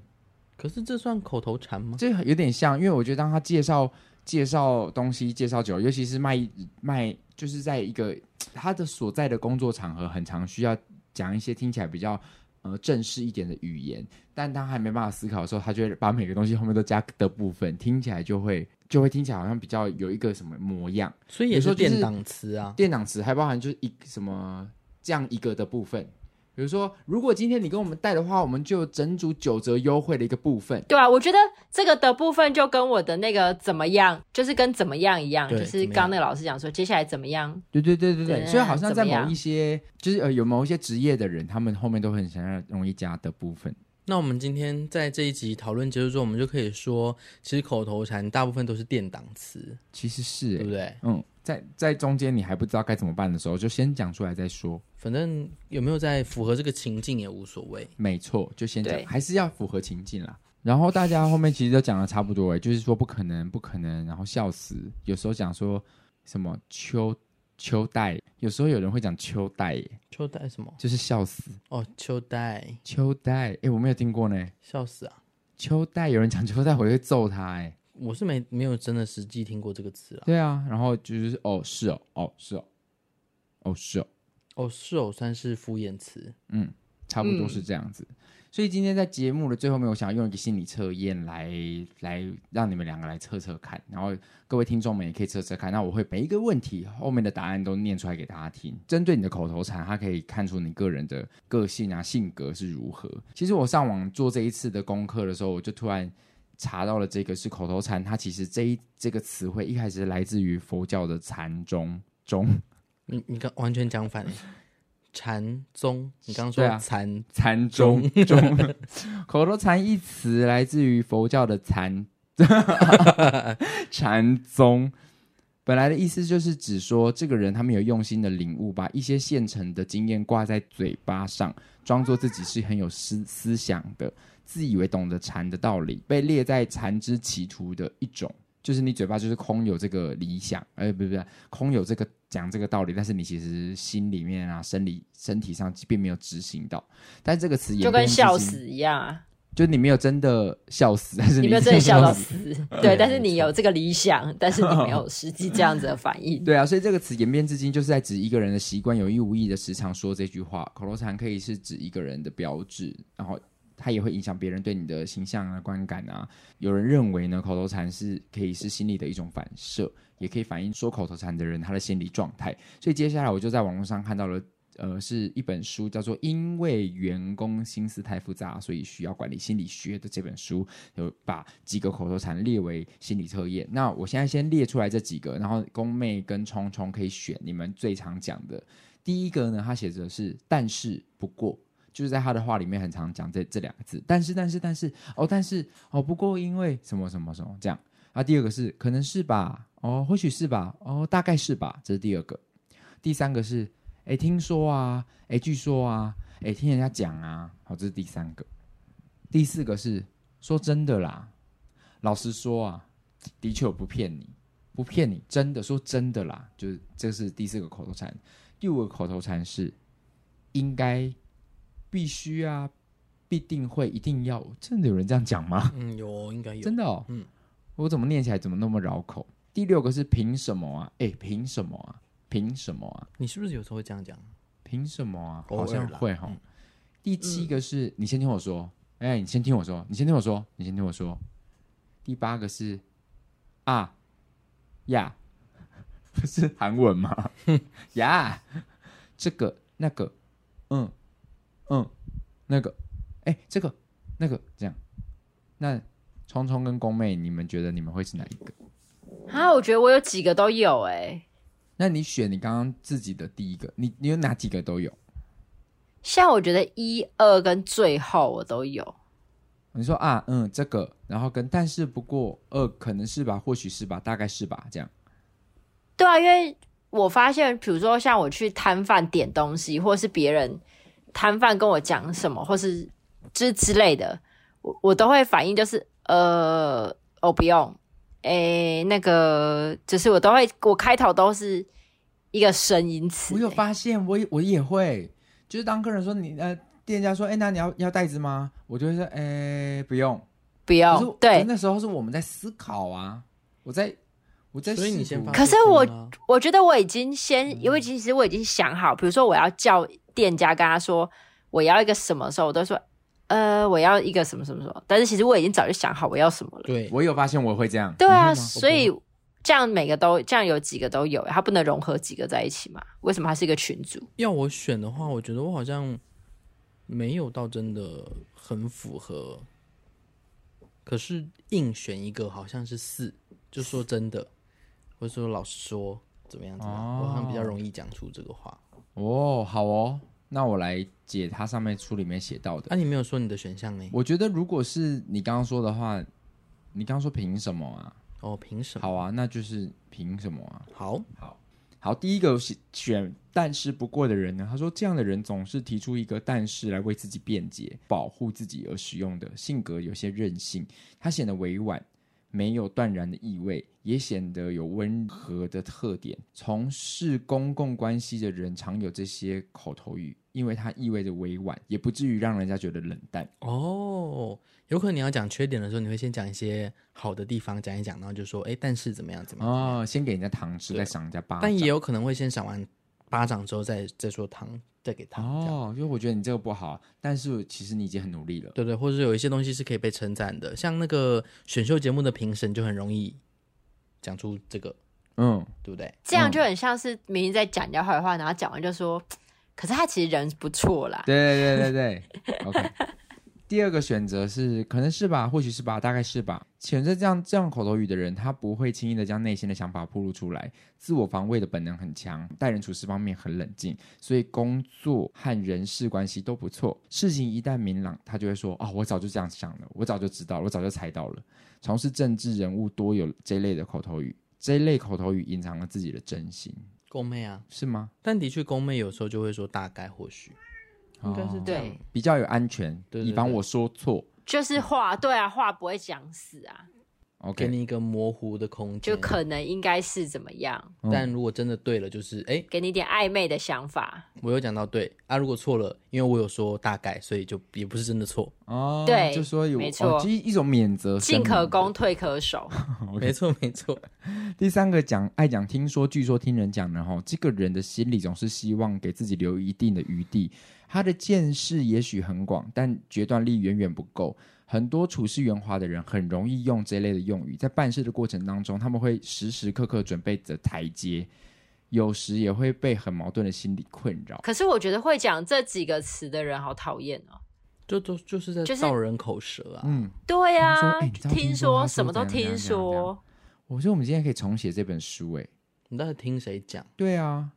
[SPEAKER 1] 可是这算口头禅吗？
[SPEAKER 2] 这有点像，因为我觉得当他介绍介绍东西介绍久了，尤其是卖卖，就是在一个他的所在的工作场合，很常需要讲一些听起来比较。呃，正式一点的语言，但当他还没办法思考的时候，他就会把每个东西后面都加的部分，听起来就会就会听起来好像比较有一个什么模样。
[SPEAKER 1] 所以也
[SPEAKER 2] 有时
[SPEAKER 1] 是
[SPEAKER 2] 候就是
[SPEAKER 1] 电档词啊。
[SPEAKER 2] 电档词还包含就是一什么这样一个的部分。比如说，如果今天你跟我们带的话，我们就有整组九折优惠的一个部分。
[SPEAKER 3] 对啊，我觉得这个的部分就跟我的那个怎么样，就是跟怎么样一样，
[SPEAKER 1] 对
[SPEAKER 3] 就是刚那个老师讲说，接下来怎么样？
[SPEAKER 2] 对对对对
[SPEAKER 3] 对
[SPEAKER 2] 对，所以好像在
[SPEAKER 3] 怎么
[SPEAKER 2] 某
[SPEAKER 3] 样
[SPEAKER 2] 一些就是呃有某一些职业的人，他们后面都很想要容易加的部分。
[SPEAKER 1] 那我们今天在这一集讨论结束之后，我们就可以说，其实口头禅大部分都是电档词，
[SPEAKER 2] 其实是、
[SPEAKER 1] 对不
[SPEAKER 2] 欸，
[SPEAKER 1] 对？
[SPEAKER 2] 嗯，在在中间你还不知道该怎么办的时候，就先讲出来再说。
[SPEAKER 1] 反正有没有在符合这个情境也无所谓。
[SPEAKER 2] 没错，就先讲
[SPEAKER 3] 对，
[SPEAKER 2] 还是要符合情境啦。然后大家后面其实都讲的差不多哎、就是说不可能，不可能，然后笑死。有时候讲说什么秋秋带，有时候有人会讲秋带、耶，
[SPEAKER 1] 秋带什么？
[SPEAKER 2] 就是笑死
[SPEAKER 1] 哦，秋带，
[SPEAKER 2] 秋带。哎、我没有听过呢。
[SPEAKER 1] 笑死啊！
[SPEAKER 2] 秋带有人讲秋带，我会揍他哎、
[SPEAKER 1] 我是没没有真的实际听过这个词啊。
[SPEAKER 2] 对啊，然后就是哦是哦哦是哦哦是哦，
[SPEAKER 1] 哦，是哦，算是敷衍词。
[SPEAKER 2] 嗯，差不多是这样子。所以今天在节目的最后面，我想要用一个心理测验来来让你们两个来测测看，然后各位听众们也可以测测看。那我会每一个问题后面的答案都念出来给大家听，针对你的口头禅，它可以看出你个人的个性啊、性格是如何。其实我上网做这一次的功课的时候，我就突然查到了这个是口头禅，它其实这一这个词汇一开始来自于佛教的禅宗宗
[SPEAKER 1] 你你刚完全讲反了。禅宗，你刚刚说
[SPEAKER 2] 对啊
[SPEAKER 1] 禅，
[SPEAKER 2] 禅宗宗，
[SPEAKER 3] [laughs]
[SPEAKER 2] 口头禅一词来自于佛教的禅 [laughs] 禅宗，本来的意思就是指说这个人他们有用心的领悟，把一些现成的经验挂在嘴巴上，装作自己是很有思思想的，自以为懂得禅的道理，被列在禅之歧途的一种。就是你嘴巴就是空有这个理想，哎、不是不是，空有这个讲这个道理，但是你其实心里面啊、生理、身体上并没有执行到。但这个词也
[SPEAKER 3] 就跟笑，死一样啊，
[SPEAKER 2] 就是你没有真的笑死， [laughs] 但是
[SPEAKER 3] 你
[SPEAKER 2] 你
[SPEAKER 3] 没有真的笑到
[SPEAKER 2] 死
[SPEAKER 3] 死， [laughs] 对，但是你有这个理想，但是你没 [laughs] 有实际这样子的反 [laughs] 应。
[SPEAKER 2] 对啊，所以这个词演变至今，就是在指一个人的习惯有意无意的时常说这句话。口头禅可以是指一个人的标志，然后它也会影响别人对你的形象啊、观感啊。有人认为呢，口头禅是可以是心理的一种反射，也可以反映说口头禅的人他的心理状态。所以接下来我就在网络上看到了。呃，是一本书，叫做《因为员工心思太复杂，所以需要管理心理学》的这本书，有把几个口头禅列为心理测验。那我现在先列出来这几个，然后宫妹跟聪聪可以选你们最常讲的。第一个呢，他写着是“但是不过”，就是在他的话里面很常讲这这两个字，“但是但是但是哦，但是哦，不过因为什么什么什么这样。”啊，第二个是“可能是吧”，哦，或许是吧，哦，大概是吧，这是第二个。第三个是“哎，听说啊，哎，据说啊，哎，听人家讲啊”，好，这是第三个。第四个是说真的啦，老实说啊，的确我不骗你，不骗你，真的说真的啦，就是这是第四个口头禅。第五个口头禅是应该、必须啊、必定会、一定要，真的有人这样讲吗？
[SPEAKER 1] 嗯，有应该有
[SPEAKER 2] 真。的哦，
[SPEAKER 1] 嗯
[SPEAKER 2] 我怎么念起来怎么那么绕口？第六个是凭什么啊？哎，凭什么啊？凭什么啊？
[SPEAKER 1] 你是不是有时候会这样讲？
[SPEAKER 2] 凭什么啊？
[SPEAKER 1] 偶尔
[SPEAKER 2] 好像
[SPEAKER 1] 啦
[SPEAKER 2] 会哈。
[SPEAKER 1] 嗯
[SPEAKER 2] 第七个是、你先听我说，哎、你先听我说，你先听我说，你先听我说。第八个是啊呀， [laughs] 不是韩文吗？ [laughs] 呀，这个那个，嗯嗯，那个，哎、这个那个，这样。那聪聪跟宫妹，你们觉得你们会是哪一个？
[SPEAKER 3] 啊，我觉得我有几个都有哎、
[SPEAKER 2] 那你选你刚刚自己的第一个，你你有哪几个都有？
[SPEAKER 3] 像我觉得一二跟最后我都有，
[SPEAKER 2] 你说啊，嗯，这个，然后跟但是不过，呃，可能是吧，或许是吧，大概是吧，这样。
[SPEAKER 3] 对啊，因为我发现，比如说像我去摊贩点东西，或是别人摊贩跟我讲什么，或是之之类的，我我都会反应就是呃，哦不用，诶，那个就是我都会，我开头都是一个声音词、
[SPEAKER 2] 我有
[SPEAKER 3] 欸
[SPEAKER 2] 发现，我也我也会，就是当客人说你呃，店家说，哎、那你要要袋子吗？我就会说，哎、不用。
[SPEAKER 3] 不
[SPEAKER 2] 可是
[SPEAKER 3] 用，
[SPEAKER 2] 可是
[SPEAKER 3] 哦对，
[SPEAKER 2] 那时候是我们在思考啊，我在我在试图，
[SPEAKER 1] 所以你先发
[SPEAKER 3] 可是
[SPEAKER 1] 出声
[SPEAKER 3] 我
[SPEAKER 1] 音啊
[SPEAKER 3] 我觉得我已经
[SPEAKER 2] 嗯
[SPEAKER 3] 先，因为其实我已经想好，比如说我要叫店家跟他说我要一个什么的时候，我都说呃我要一个什么什么什么，但是其实我已经早就想好我要什么了。
[SPEAKER 1] 对，
[SPEAKER 2] 我有发现我会这样。
[SPEAKER 3] 对啊，
[SPEAKER 2] 你会吗
[SPEAKER 3] 所以这样每个都这样有几个都有，它不能融合几个在一起嘛？为什么它是一个群组？
[SPEAKER 2] 嗯
[SPEAKER 1] 要我选的话，我觉得我好像没有到真的很符合，可是硬选一个好像是四，就说真的，或者说老实说怎么样怎么样，我好像比较容易讲出这个话。
[SPEAKER 2] 哦，好哦，那我来解它上面书里面写到的。
[SPEAKER 1] 啊，你没有说你的选项呢？
[SPEAKER 2] 我觉得如果是你刚刚说的话，你刚刚说凭什么啊？
[SPEAKER 1] 哦，凭什么？
[SPEAKER 2] 好啊，那就是凭什么啊？
[SPEAKER 1] 好，
[SPEAKER 2] 好，第一个选选但是不过的人呢，他说这样的人总是提出一个但是来为自己辩解，保护自己而使用的性格有些任性，他显得委婉，没有断然的意味，也显得有温和的特点。从事公共关系的人常有这些口头语，因为它意味着委婉，也不至于让人家觉得冷淡。
[SPEAKER 1] 哦，有可能你要讲缺点的时候，你会先讲一些好的地方，讲一讲，然后就说，哎，但是怎么样怎么样。
[SPEAKER 2] 哦，先给人家糖吃，
[SPEAKER 1] 对
[SPEAKER 2] 再赏人家巴掌。
[SPEAKER 1] 但也有可能会先赏完巴掌之后再，再说糖，再给糖。这样
[SPEAKER 2] 哦，因为我觉得你这个不好，但是其实你已经很努力了。
[SPEAKER 1] 对对，或者有一些东西是可以被称赞的，像那个选秀节目的评审就很容易讲出这个，
[SPEAKER 2] 嗯，
[SPEAKER 1] 对不对？
[SPEAKER 3] 这样就很像是明明在讲人家坏话，然后讲完就说，可是他其实人不错啦。
[SPEAKER 2] 对对对对对，OK。第二个选择是，可能是吧，或许是吧，大概是吧。选择这样这样口头语的人，他不会轻易的将内心的想法暴露出来，自我防卫的本能很强，待人处事方面很冷静，所以工作和人事关系都不错。事情一旦明朗，他就会说：“啊、我早就这样想了，我早就知道了，我早就猜到了。”从事政治人物多有这类的口头语，这类口头语隐藏了自己的真心，
[SPEAKER 1] 宫妹啊，
[SPEAKER 2] 是吗？
[SPEAKER 1] 但的确宫妹有时候就会说大概或许，应该是
[SPEAKER 2] 哦
[SPEAKER 1] 这样。
[SPEAKER 3] 对
[SPEAKER 2] 比较有安全，
[SPEAKER 1] 对对
[SPEAKER 2] 以防
[SPEAKER 1] 对
[SPEAKER 2] 我说错。
[SPEAKER 3] 就是
[SPEAKER 2] 嗯
[SPEAKER 3] 话，对啊，话不会讲死啊，
[SPEAKER 1] 给
[SPEAKER 2] OK，
[SPEAKER 1] 你一个模糊的空间，
[SPEAKER 3] 就可能应该是怎么样，
[SPEAKER 2] 嗯
[SPEAKER 1] 但如果真的对了，就是哎，
[SPEAKER 3] 给你一点暧昧的想法。
[SPEAKER 1] 我有讲到对啊。如果错了，因为我有说大概，所以就也不是真的错。
[SPEAKER 2] 哦，
[SPEAKER 3] 对
[SPEAKER 2] 就说有，
[SPEAKER 3] 没错
[SPEAKER 2] 哦就是一种免责声
[SPEAKER 3] 进
[SPEAKER 2] 明，
[SPEAKER 3] 可攻，退可守。
[SPEAKER 1] 没错，没错。
[SPEAKER 2] 第三个讲爱讲听说，据说听人讲的哈，这个人的心里总是希望给自己留一定的余地。他的见识也许很广，但决断力远远不够。很多处事圆滑的人很容易用这类的用语，在办事的过程当中，他们会时时刻刻准备着台阶，有时也会被很矛盾的心理困扰。
[SPEAKER 3] 可是我觉得会讲这几个词的人好讨厌哦。
[SPEAKER 1] [laughs] 就都就是在
[SPEAKER 3] 就是
[SPEAKER 1] 造人口舌啊。
[SPEAKER 2] 嗯，
[SPEAKER 3] 对啊，
[SPEAKER 2] 听说哎你知道听
[SPEAKER 3] 听
[SPEAKER 2] 说他说
[SPEAKER 3] 说什么都
[SPEAKER 2] 怎样
[SPEAKER 3] 听
[SPEAKER 2] 怎样怎样
[SPEAKER 3] 说，
[SPEAKER 2] 我觉得我们今天可以重写这本书、欸诶。
[SPEAKER 1] 你到底听谁讲？
[SPEAKER 2] 对啊，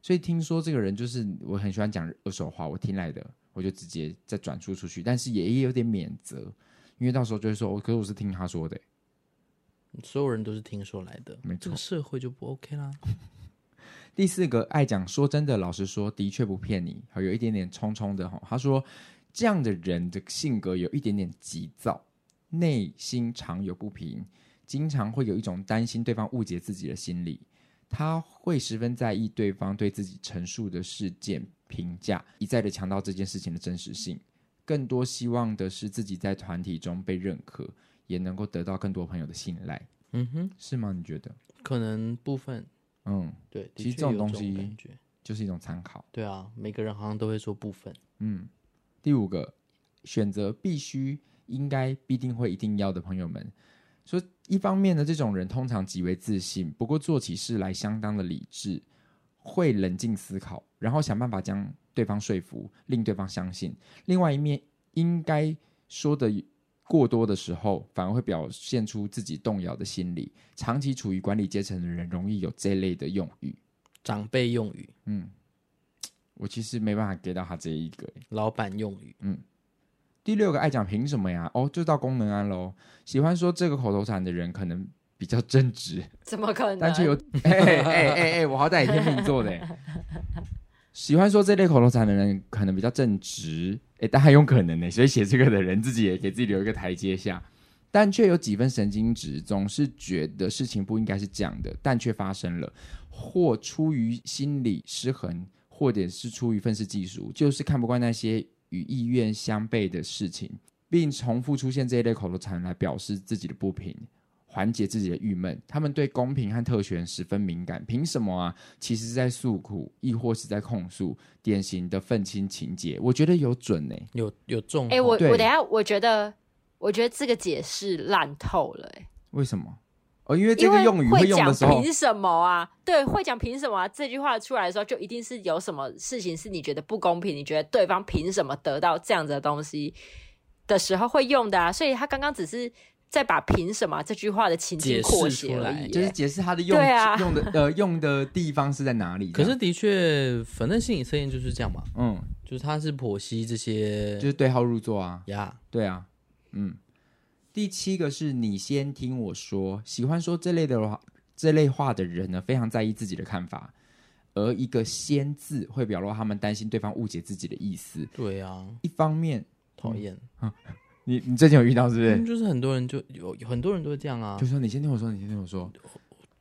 [SPEAKER 2] 所以听说这个人就是我很喜欢讲二手话，我听来的，我就直接再转述出去，但是也也有点免责，因为到时候就会说，哦，可是我是听他说的欸。
[SPEAKER 1] 所有人都是听说来的，
[SPEAKER 2] 没错
[SPEAKER 1] 这个社会就不 OK 啦。
[SPEAKER 2] 第四个爱讲说真的，老实说，的确不骗你，好有一点点冲冲的哈。他说这样的人的性格有一点点急躁，内心常有不平，经常会有一种担心对方误解自己的心理。他会十分在意对方对自己陈述的事件评价，一再的强调这件事情的真实性，更多希望的是自己在团体中被认可，也能够得到更多朋友的信赖，
[SPEAKER 1] 嗯哼，
[SPEAKER 2] 是吗？你觉得？
[SPEAKER 1] 可能部分
[SPEAKER 2] 嗯，
[SPEAKER 1] 对，的
[SPEAKER 2] 其实
[SPEAKER 1] 确
[SPEAKER 2] 这种
[SPEAKER 1] 有
[SPEAKER 2] 东西
[SPEAKER 1] 感觉
[SPEAKER 2] 就是一种参考。
[SPEAKER 1] 对啊，每个人好像都会说部分。
[SPEAKER 2] 嗯，第五个选择必须、应该、必定会、一定要的朋友们，说一方面呢，这种人通常极为自信，不过做起事来相当的理智，会冷静思考，然后想办法将对方说服，令对方相信。另外一面，应该说的过多的时候，反而会表现出自己动摇的心理。长期处于管理阶层的人，容易有这类的用语。
[SPEAKER 1] 长辈用语、
[SPEAKER 2] 嗯，我其实没办法 get 到他这一个、欸
[SPEAKER 1] 老板用语，
[SPEAKER 2] 第六个爱讲凭什么呀？哦，就到功能安喽。喜欢说这个口头禅的人，可能比较正直，
[SPEAKER 3] 怎么可能？
[SPEAKER 2] 但
[SPEAKER 3] [laughs]
[SPEAKER 2] 却有哎哎哎哎，我好歹也天秤座的欸。喜欢说这类口头禅的人，可能比较正直，哎、但还有可能呢、所以写这个的人自己也给自己留一个台阶下，但却有几分神经质，总是觉得事情不应该是这样的，但却发生了，或出于心理失衡，或者是出于愤世嫉俗，就是看不惯那些与意愿相悖的事情，并重复出现这一类口头禅来表示自己的不平。缓解自己的郁闷，他们对公平和特权十分敏感。凭什么啊？其实是在诉苦，亦或是在控诉，典型的愤青情节。我觉得有准呢、
[SPEAKER 1] 有有重
[SPEAKER 3] 哎、我我
[SPEAKER 1] 哦
[SPEAKER 2] 对啊
[SPEAKER 3] 等一下，我觉得，我觉得这个解释烂透了、欸，
[SPEAKER 2] 为什么？哦，因为这
[SPEAKER 3] 因
[SPEAKER 2] 个
[SPEAKER 3] 为
[SPEAKER 2] 用语
[SPEAKER 3] 会
[SPEAKER 2] 会用
[SPEAKER 3] 讲
[SPEAKER 2] 的时候，
[SPEAKER 3] 凭什么啊？对，会讲凭什么啊？这句话出来的时候，就一定是有什么事情是你觉得不公平，你觉得对方凭什么得到这样子的东西的时候会用的啊？所以他刚刚只是在把凭什么这句话的情境
[SPEAKER 1] 解释
[SPEAKER 3] 扩写
[SPEAKER 1] 出
[SPEAKER 3] 而
[SPEAKER 1] 来
[SPEAKER 3] 已、
[SPEAKER 2] 就是
[SPEAKER 3] 欸。
[SPEAKER 2] 解释它的用、
[SPEAKER 3] 对啊
[SPEAKER 2] 用的呃用的地方是在哪里。
[SPEAKER 1] 可
[SPEAKER 2] 这
[SPEAKER 1] 是
[SPEAKER 2] 样，
[SPEAKER 1] 的确，反正心理测验就是这样嘛，
[SPEAKER 2] 嗯，
[SPEAKER 1] 就是他是剖析这些
[SPEAKER 2] 就是对号入座啊。
[SPEAKER 1] 呀，
[SPEAKER 2] 对啊，嗯。第七个是你先听我说，喜欢说这类的话，这类话的人呢，非常在意自己的看法，而一个“先”字会表露他们担心对方误解自己的意思。
[SPEAKER 1] 对啊，
[SPEAKER 2] 一方面，嗯
[SPEAKER 1] 讨厌，
[SPEAKER 2] 你你最近有遇到是不是？
[SPEAKER 1] 嗯就是很多人就有有很多人都会这样啊
[SPEAKER 2] 就，说你先听我说，你先听我说。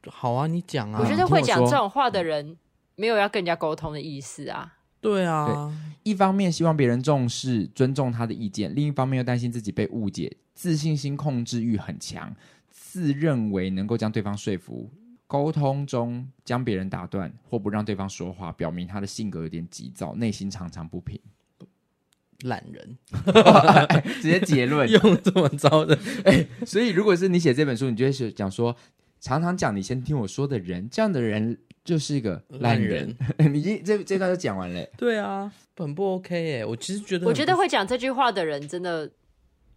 [SPEAKER 1] 好啊，你讲啊，
[SPEAKER 3] 我觉得
[SPEAKER 2] 你听
[SPEAKER 3] 会
[SPEAKER 2] 我
[SPEAKER 3] 讲
[SPEAKER 2] 说
[SPEAKER 3] 这种话的人，没有要跟人家沟通的意思啊。
[SPEAKER 1] 对啊，
[SPEAKER 2] 一方面希望别人重视、尊重他的意见，另一方面又担心自己被误解，自信心控制欲很强，自认为能够将对方说服。沟通中将别人打断或不让对方说话，表明他的性格有点急躁，内心常常不 [laughs] 平。
[SPEAKER 1] 懒人
[SPEAKER 2] 直接结论。 [laughs]
[SPEAKER 1] 用这么糟 [laughs] 的，
[SPEAKER 2] 所以，如果是你写这本书，你就会写讲说，常常讲你先听我说的人，这样的人就是一个烂人。 [laughs] 你这这这段就讲完了。
[SPEAKER 1] 对啊，很不 OK 哎，我其实觉得很不，
[SPEAKER 3] 我觉得会讲这句话的人，真的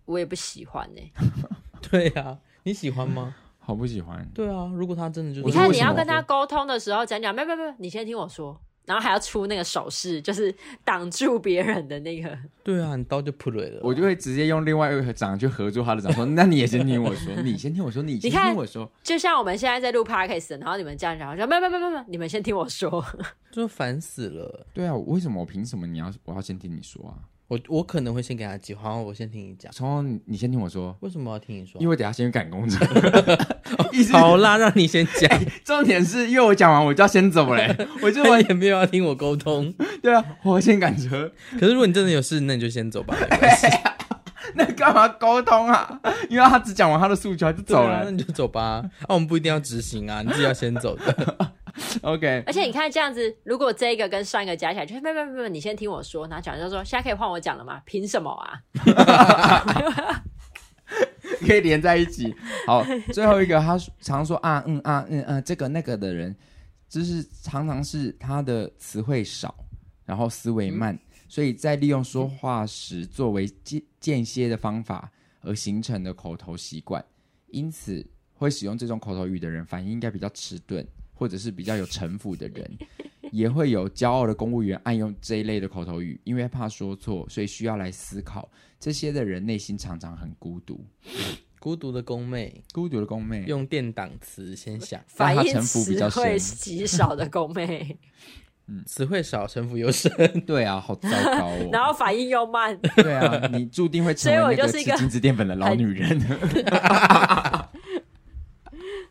[SPEAKER 3] 我也不喜欢欸呢、
[SPEAKER 1] 对啊，你喜欢吗？
[SPEAKER 2] 好不喜欢，
[SPEAKER 1] 对啊，如果他真的就是，
[SPEAKER 2] 我
[SPEAKER 3] 你
[SPEAKER 2] 觉得
[SPEAKER 3] 看，
[SPEAKER 2] 为
[SPEAKER 3] 你
[SPEAKER 2] 什
[SPEAKER 3] 要
[SPEAKER 2] 么
[SPEAKER 3] 跟他沟通的时候讲讲，没有没有没有，你先听我说，然后还要出那个手势，就是挡住别人的那个。 [laughs]
[SPEAKER 1] 对啊，你刀就扑了，
[SPEAKER 2] 我就会直接用另外一个掌去合作他的掌，说：“那你也先听我说，你先听我说，你先
[SPEAKER 3] 看
[SPEAKER 2] 听我说。
[SPEAKER 3] 就像我们现在在录 podcast，然后你们这样讲，我说没有没有没有没有，你们先听我说。
[SPEAKER 1] 就烦死了。”
[SPEAKER 2] 对啊，为什么我凭什么你要我要先听你说啊？
[SPEAKER 1] 我我可能会先给他机会，好，我先听你讲，
[SPEAKER 2] 从头你你先听我说，
[SPEAKER 1] 为什么我要听你说？
[SPEAKER 2] 因为我等一下先去赶工作。意思
[SPEAKER 1] [laughs] 好啦，让你先讲， [laughs]
[SPEAKER 2] 重点是因为我讲完我就要先走嘞，我就
[SPEAKER 1] 他也没有要听我沟通。
[SPEAKER 2] 对啊，我先赶车。
[SPEAKER 1] 可是如果你真的有事，那你就先 [laughs] 走吧。啊
[SPEAKER 2] 那干嘛沟通啊？因为他只讲完他的诉求他就
[SPEAKER 1] 对
[SPEAKER 2] 走
[SPEAKER 1] 啊，
[SPEAKER 2] 了
[SPEAKER 1] 那。你就走吧。啊，我们不一定要执行啊，你自己要先走的。
[SPEAKER 2] OK，
[SPEAKER 3] 而且你看这样子，如果这一个跟上一个加起来，就是没有没有没有，你先听我说，然后讲就说现在可以换我讲了吗？凭什
[SPEAKER 2] [laughs]
[SPEAKER 3] 么啊？
[SPEAKER 2] 可以连在一起。好，最后一个他常说啊嗯啊嗯啊这个那个的人，就是常常是他的词汇少，然后思维慢，所以在利用说话时作为间间歇的方法而形成的口头习惯，因此会使用这种口头语的人，反应应该比较迟钝，或者是比较有城府的人。也会有骄傲的公务员爱用这一类的口头语，因为怕说错，所以需要来思考。这些的人内心常常很孤独，
[SPEAKER 1] 孤独的宫妹
[SPEAKER 2] 孤独的宫妹，
[SPEAKER 1] 用电档词先想，
[SPEAKER 3] 反
[SPEAKER 2] 让他
[SPEAKER 3] 应
[SPEAKER 2] 城府比
[SPEAKER 3] 词
[SPEAKER 2] 较深
[SPEAKER 3] 汇极少的公妹，。
[SPEAKER 1] 词汇少，城府有深。
[SPEAKER 2] 对啊，好糟糕哦
[SPEAKER 3] [laughs] 然后反应又慢，
[SPEAKER 2] 对啊，你注定会成
[SPEAKER 3] 所以
[SPEAKER 2] 为
[SPEAKER 3] 我
[SPEAKER 2] 那
[SPEAKER 3] 就是一
[SPEAKER 2] 吃
[SPEAKER 3] 个
[SPEAKER 2] 精致淀粉的老女人。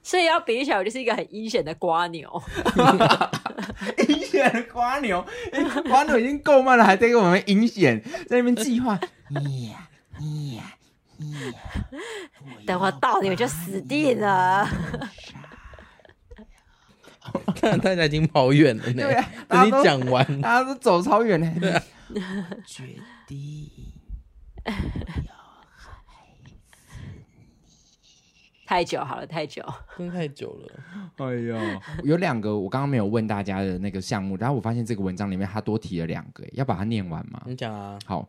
[SPEAKER 3] 所以要比喻起来，我就是一个很阴险的瓜牛。
[SPEAKER 2] [laughs] 阴险的瓜牛，哎瓜牛已经够慢了，还在跟我们阴险，在那边计
[SPEAKER 3] [laughs]
[SPEAKER 2] 划。你呀你呀你呀，
[SPEAKER 3] [laughs] 等我到你们就死定了。
[SPEAKER 1] [laughs] 但大家已经跑远了呢
[SPEAKER 2] 对啊。
[SPEAKER 1] 等你
[SPEAKER 2] 大家都
[SPEAKER 1] 讲完， [laughs]
[SPEAKER 2] 大家都走超远了。决定，
[SPEAKER 3] 太久好了，太久。
[SPEAKER 1] 真的太久了。
[SPEAKER 2] 哎呦，有两个我刚刚没有问大家的那个项目，然后我发现这个文章里面他多提了两个，要把它念完吗？
[SPEAKER 1] 你讲啊，
[SPEAKER 2] 好，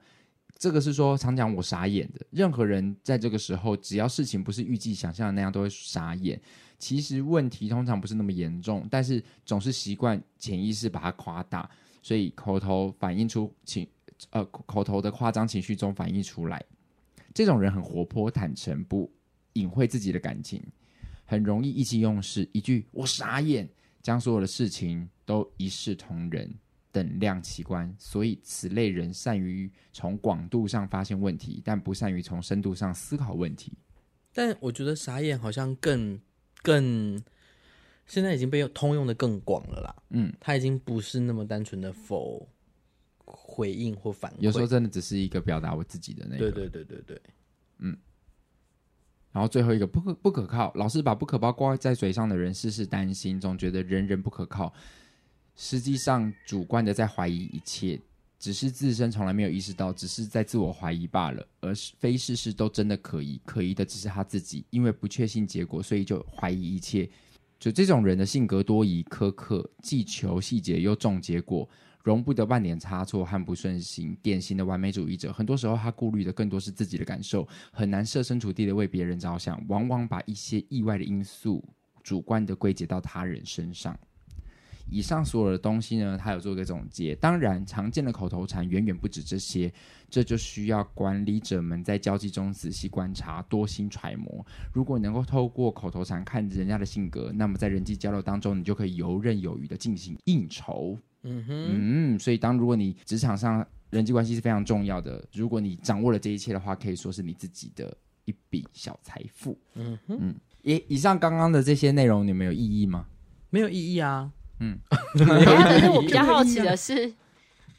[SPEAKER 2] 这个是说常讲我傻眼的，任何人在这个时候，只要事情不是预计想象的那样，都会傻眼。其实问题通常不是那么严重，但是总是习惯潜意识把它夸大，所以口头反映出情呃口头的夸张情绪中反映出来。这种人很活泼、坦诚，不隐晦自己的感情，很容易意气用事。一句“我傻眼”，将所有的事情都一视同仁，等量齐观。所以，此类人善于从广度上发现问题，但不善于从深度上思考问题。
[SPEAKER 1] 但我觉得傻眼好像更更，现在已经被通用的更广了啦。
[SPEAKER 2] 嗯，
[SPEAKER 1] 它已经不是那么单纯的否回应或反馈，
[SPEAKER 2] 有时候真的只是一个表达我自己的那
[SPEAKER 1] 对
[SPEAKER 2] 个。
[SPEAKER 1] 对对对对，
[SPEAKER 2] 然后最后一个不可不可靠，老是把不可靠挂在嘴上的人事事担心，总觉得人人不可靠，实际上主观的在怀疑一切，只是自身从来没有意识到，只是在自我怀疑罢了，而是非事事都真的可疑，可疑的只是他自己，因为不确信结果，所以就怀疑一切。就这种人的性格多疑、苛刻，既求细节又重结果，容不得半点差错和不顺心，典型的完美主义者。很多时候，他顾虑的更多是自己的感受，很难设身处地的为别人着想，往往把一些意外的因素主观的归结到他人身上。以上所有的东西呢，他有做一个总结。当然，常见的口头禅远远不止这些，这就需要管理者们在交际中仔细观察、多心揣摩。如果能够透过口头禅看人家的性格，那么在人际交流当中，你就可以游刃有余的进行应酬。
[SPEAKER 1] 嗯哼，
[SPEAKER 2] 嗯，所以当如果你职场上人际关系是非常重要的，如果你掌握了这一切的话，可以说是你自己的一笔小财富。
[SPEAKER 1] 嗯
[SPEAKER 2] 哼，嗯，以以上刚刚的这些内容，你们有异议吗？
[SPEAKER 1] 没有意义啊。
[SPEAKER 3] 然后可是我比较好奇的是，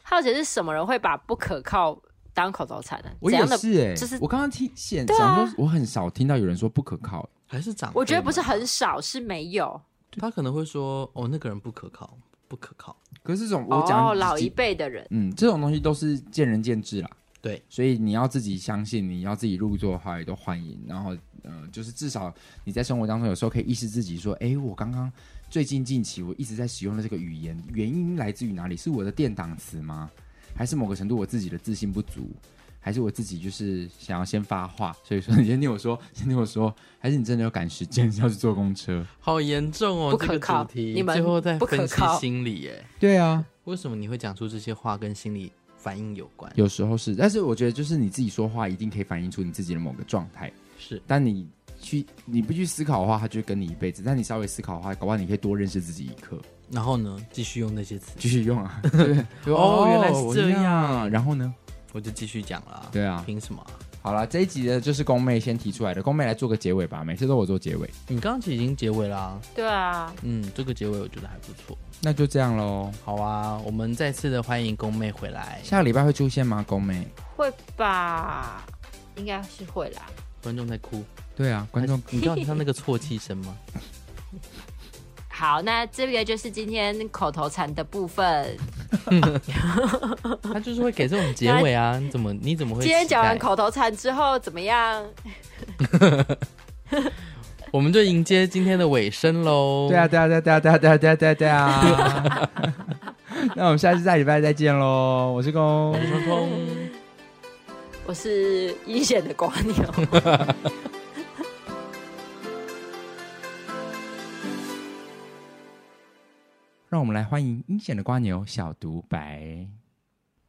[SPEAKER 3] 好奇的是什么人会把不可靠当口头禅呢、
[SPEAKER 2] 我
[SPEAKER 3] 怎
[SPEAKER 2] 也
[SPEAKER 3] 样的？
[SPEAKER 2] 是哎、
[SPEAKER 3] 就是
[SPEAKER 2] 我刚刚听现
[SPEAKER 3] 对啊
[SPEAKER 2] 想说，我很少听到有人说不可靠。
[SPEAKER 1] 还是长辈们，
[SPEAKER 3] 我觉得不是很少，是没有。
[SPEAKER 1] 他可能会说：“哦，那个人不可靠，不可靠。
[SPEAKER 2] 可是这种我讲、
[SPEAKER 3] 哦，老一，辈的人，
[SPEAKER 2] 嗯，这种东西都是见仁见智啦。
[SPEAKER 1] 对，
[SPEAKER 2] 所以你要自己相信，你要自己入座的话也都欢迎。然后，呃，就是至少你在生活当中有时候可以意识自己说，诶，我刚刚最近近期我一直在使用的这个语言，原因来自于哪里？是我的垫档词吗？还是某个程度我自己的自信不足？还是我自己就是想要先发话，所以说你先听我说，先听我说，还是你真的有赶时间要去坐公车？”
[SPEAKER 1] 好严重哦，
[SPEAKER 3] 不可
[SPEAKER 1] 这个主
[SPEAKER 3] 靠
[SPEAKER 1] 题
[SPEAKER 3] 你们
[SPEAKER 1] 最后再
[SPEAKER 3] 不可
[SPEAKER 1] 分析
[SPEAKER 3] 靠
[SPEAKER 1] 心理，耶。
[SPEAKER 2] 对啊，
[SPEAKER 1] 为什么你会讲出这些话，跟心理反应有关？
[SPEAKER 2] 有时候是，但是我觉得就是你自己说话一定可以反映出你自己的某个状态。
[SPEAKER 1] 是
[SPEAKER 2] 但你去你不去思考的话，他就会跟你一辈子；但你稍微思考的话，搞不好你可以多认识自己一刻，
[SPEAKER 1] 然后呢，继续用那些词，
[SPEAKER 2] 继续用啊。 [laughs] 对就
[SPEAKER 1] 哦原来是
[SPEAKER 2] 我
[SPEAKER 1] 这样
[SPEAKER 2] 样。啊然后呢？
[SPEAKER 1] 我就继续讲啦。
[SPEAKER 2] 对啊，
[SPEAKER 1] 凭什么啊、
[SPEAKER 2] 好了，这一集的就是宫妹先提出来的，宫妹来做个结尾吧。每次都我做结尾，
[SPEAKER 1] 你刚刚其实已经结尾啦、
[SPEAKER 3] 对啊，
[SPEAKER 1] 嗯，这个结尾我觉得还不错。
[SPEAKER 2] 那就这样喽。
[SPEAKER 1] 好啊，我们再次的欢迎宫妹回来，
[SPEAKER 2] 下个礼拜会出现吗？宫妹？
[SPEAKER 3] 会吧，应该是会啦。
[SPEAKER 1] 观众在哭，
[SPEAKER 2] 对啊，观众
[SPEAKER 1] 你知道你知道那个啜泣声
[SPEAKER 2] [laughs]
[SPEAKER 1] 吗？
[SPEAKER 3] 好，那这个就是今天口头禅的部分。
[SPEAKER 1] 他就是会给这种结尾啊，你怎么你怎么会期
[SPEAKER 3] 今
[SPEAKER 1] 待？
[SPEAKER 3] 天讲完口头禅之后怎么样？
[SPEAKER 1] 我们就迎接今天的尾声喽。
[SPEAKER 2] 对啊，， [laughs] 对啊，对啊，对啊，对啊，对啊，对啊，对啊，对啊。 [laughs] 那我们下次下礼拜再见喽。我是宫
[SPEAKER 1] 我，是冲冲。
[SPEAKER 3] 我是阴险的瓜牛。
[SPEAKER 2] 让我们来欢迎阴险的瓜牛小独白。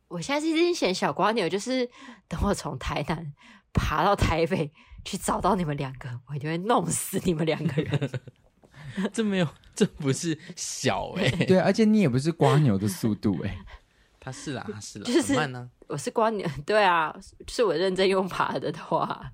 [SPEAKER 3] 我现在是阴险小瓜牛，就是等我从台南爬到台北去找到你们两个，我一定会弄死你们两
[SPEAKER 1] [laughs]
[SPEAKER 3] 个人。
[SPEAKER 1] [laughs] 这没有，这不是小哎、
[SPEAKER 2] 对，而且你也不是瓜牛的速度哎、
[SPEAKER 1] 他是啦，他是啦，
[SPEAKER 3] 就是啊
[SPEAKER 1] 很慢呢、
[SPEAKER 3] 我是瓜牛，对啊，就是我认真用爬的的话，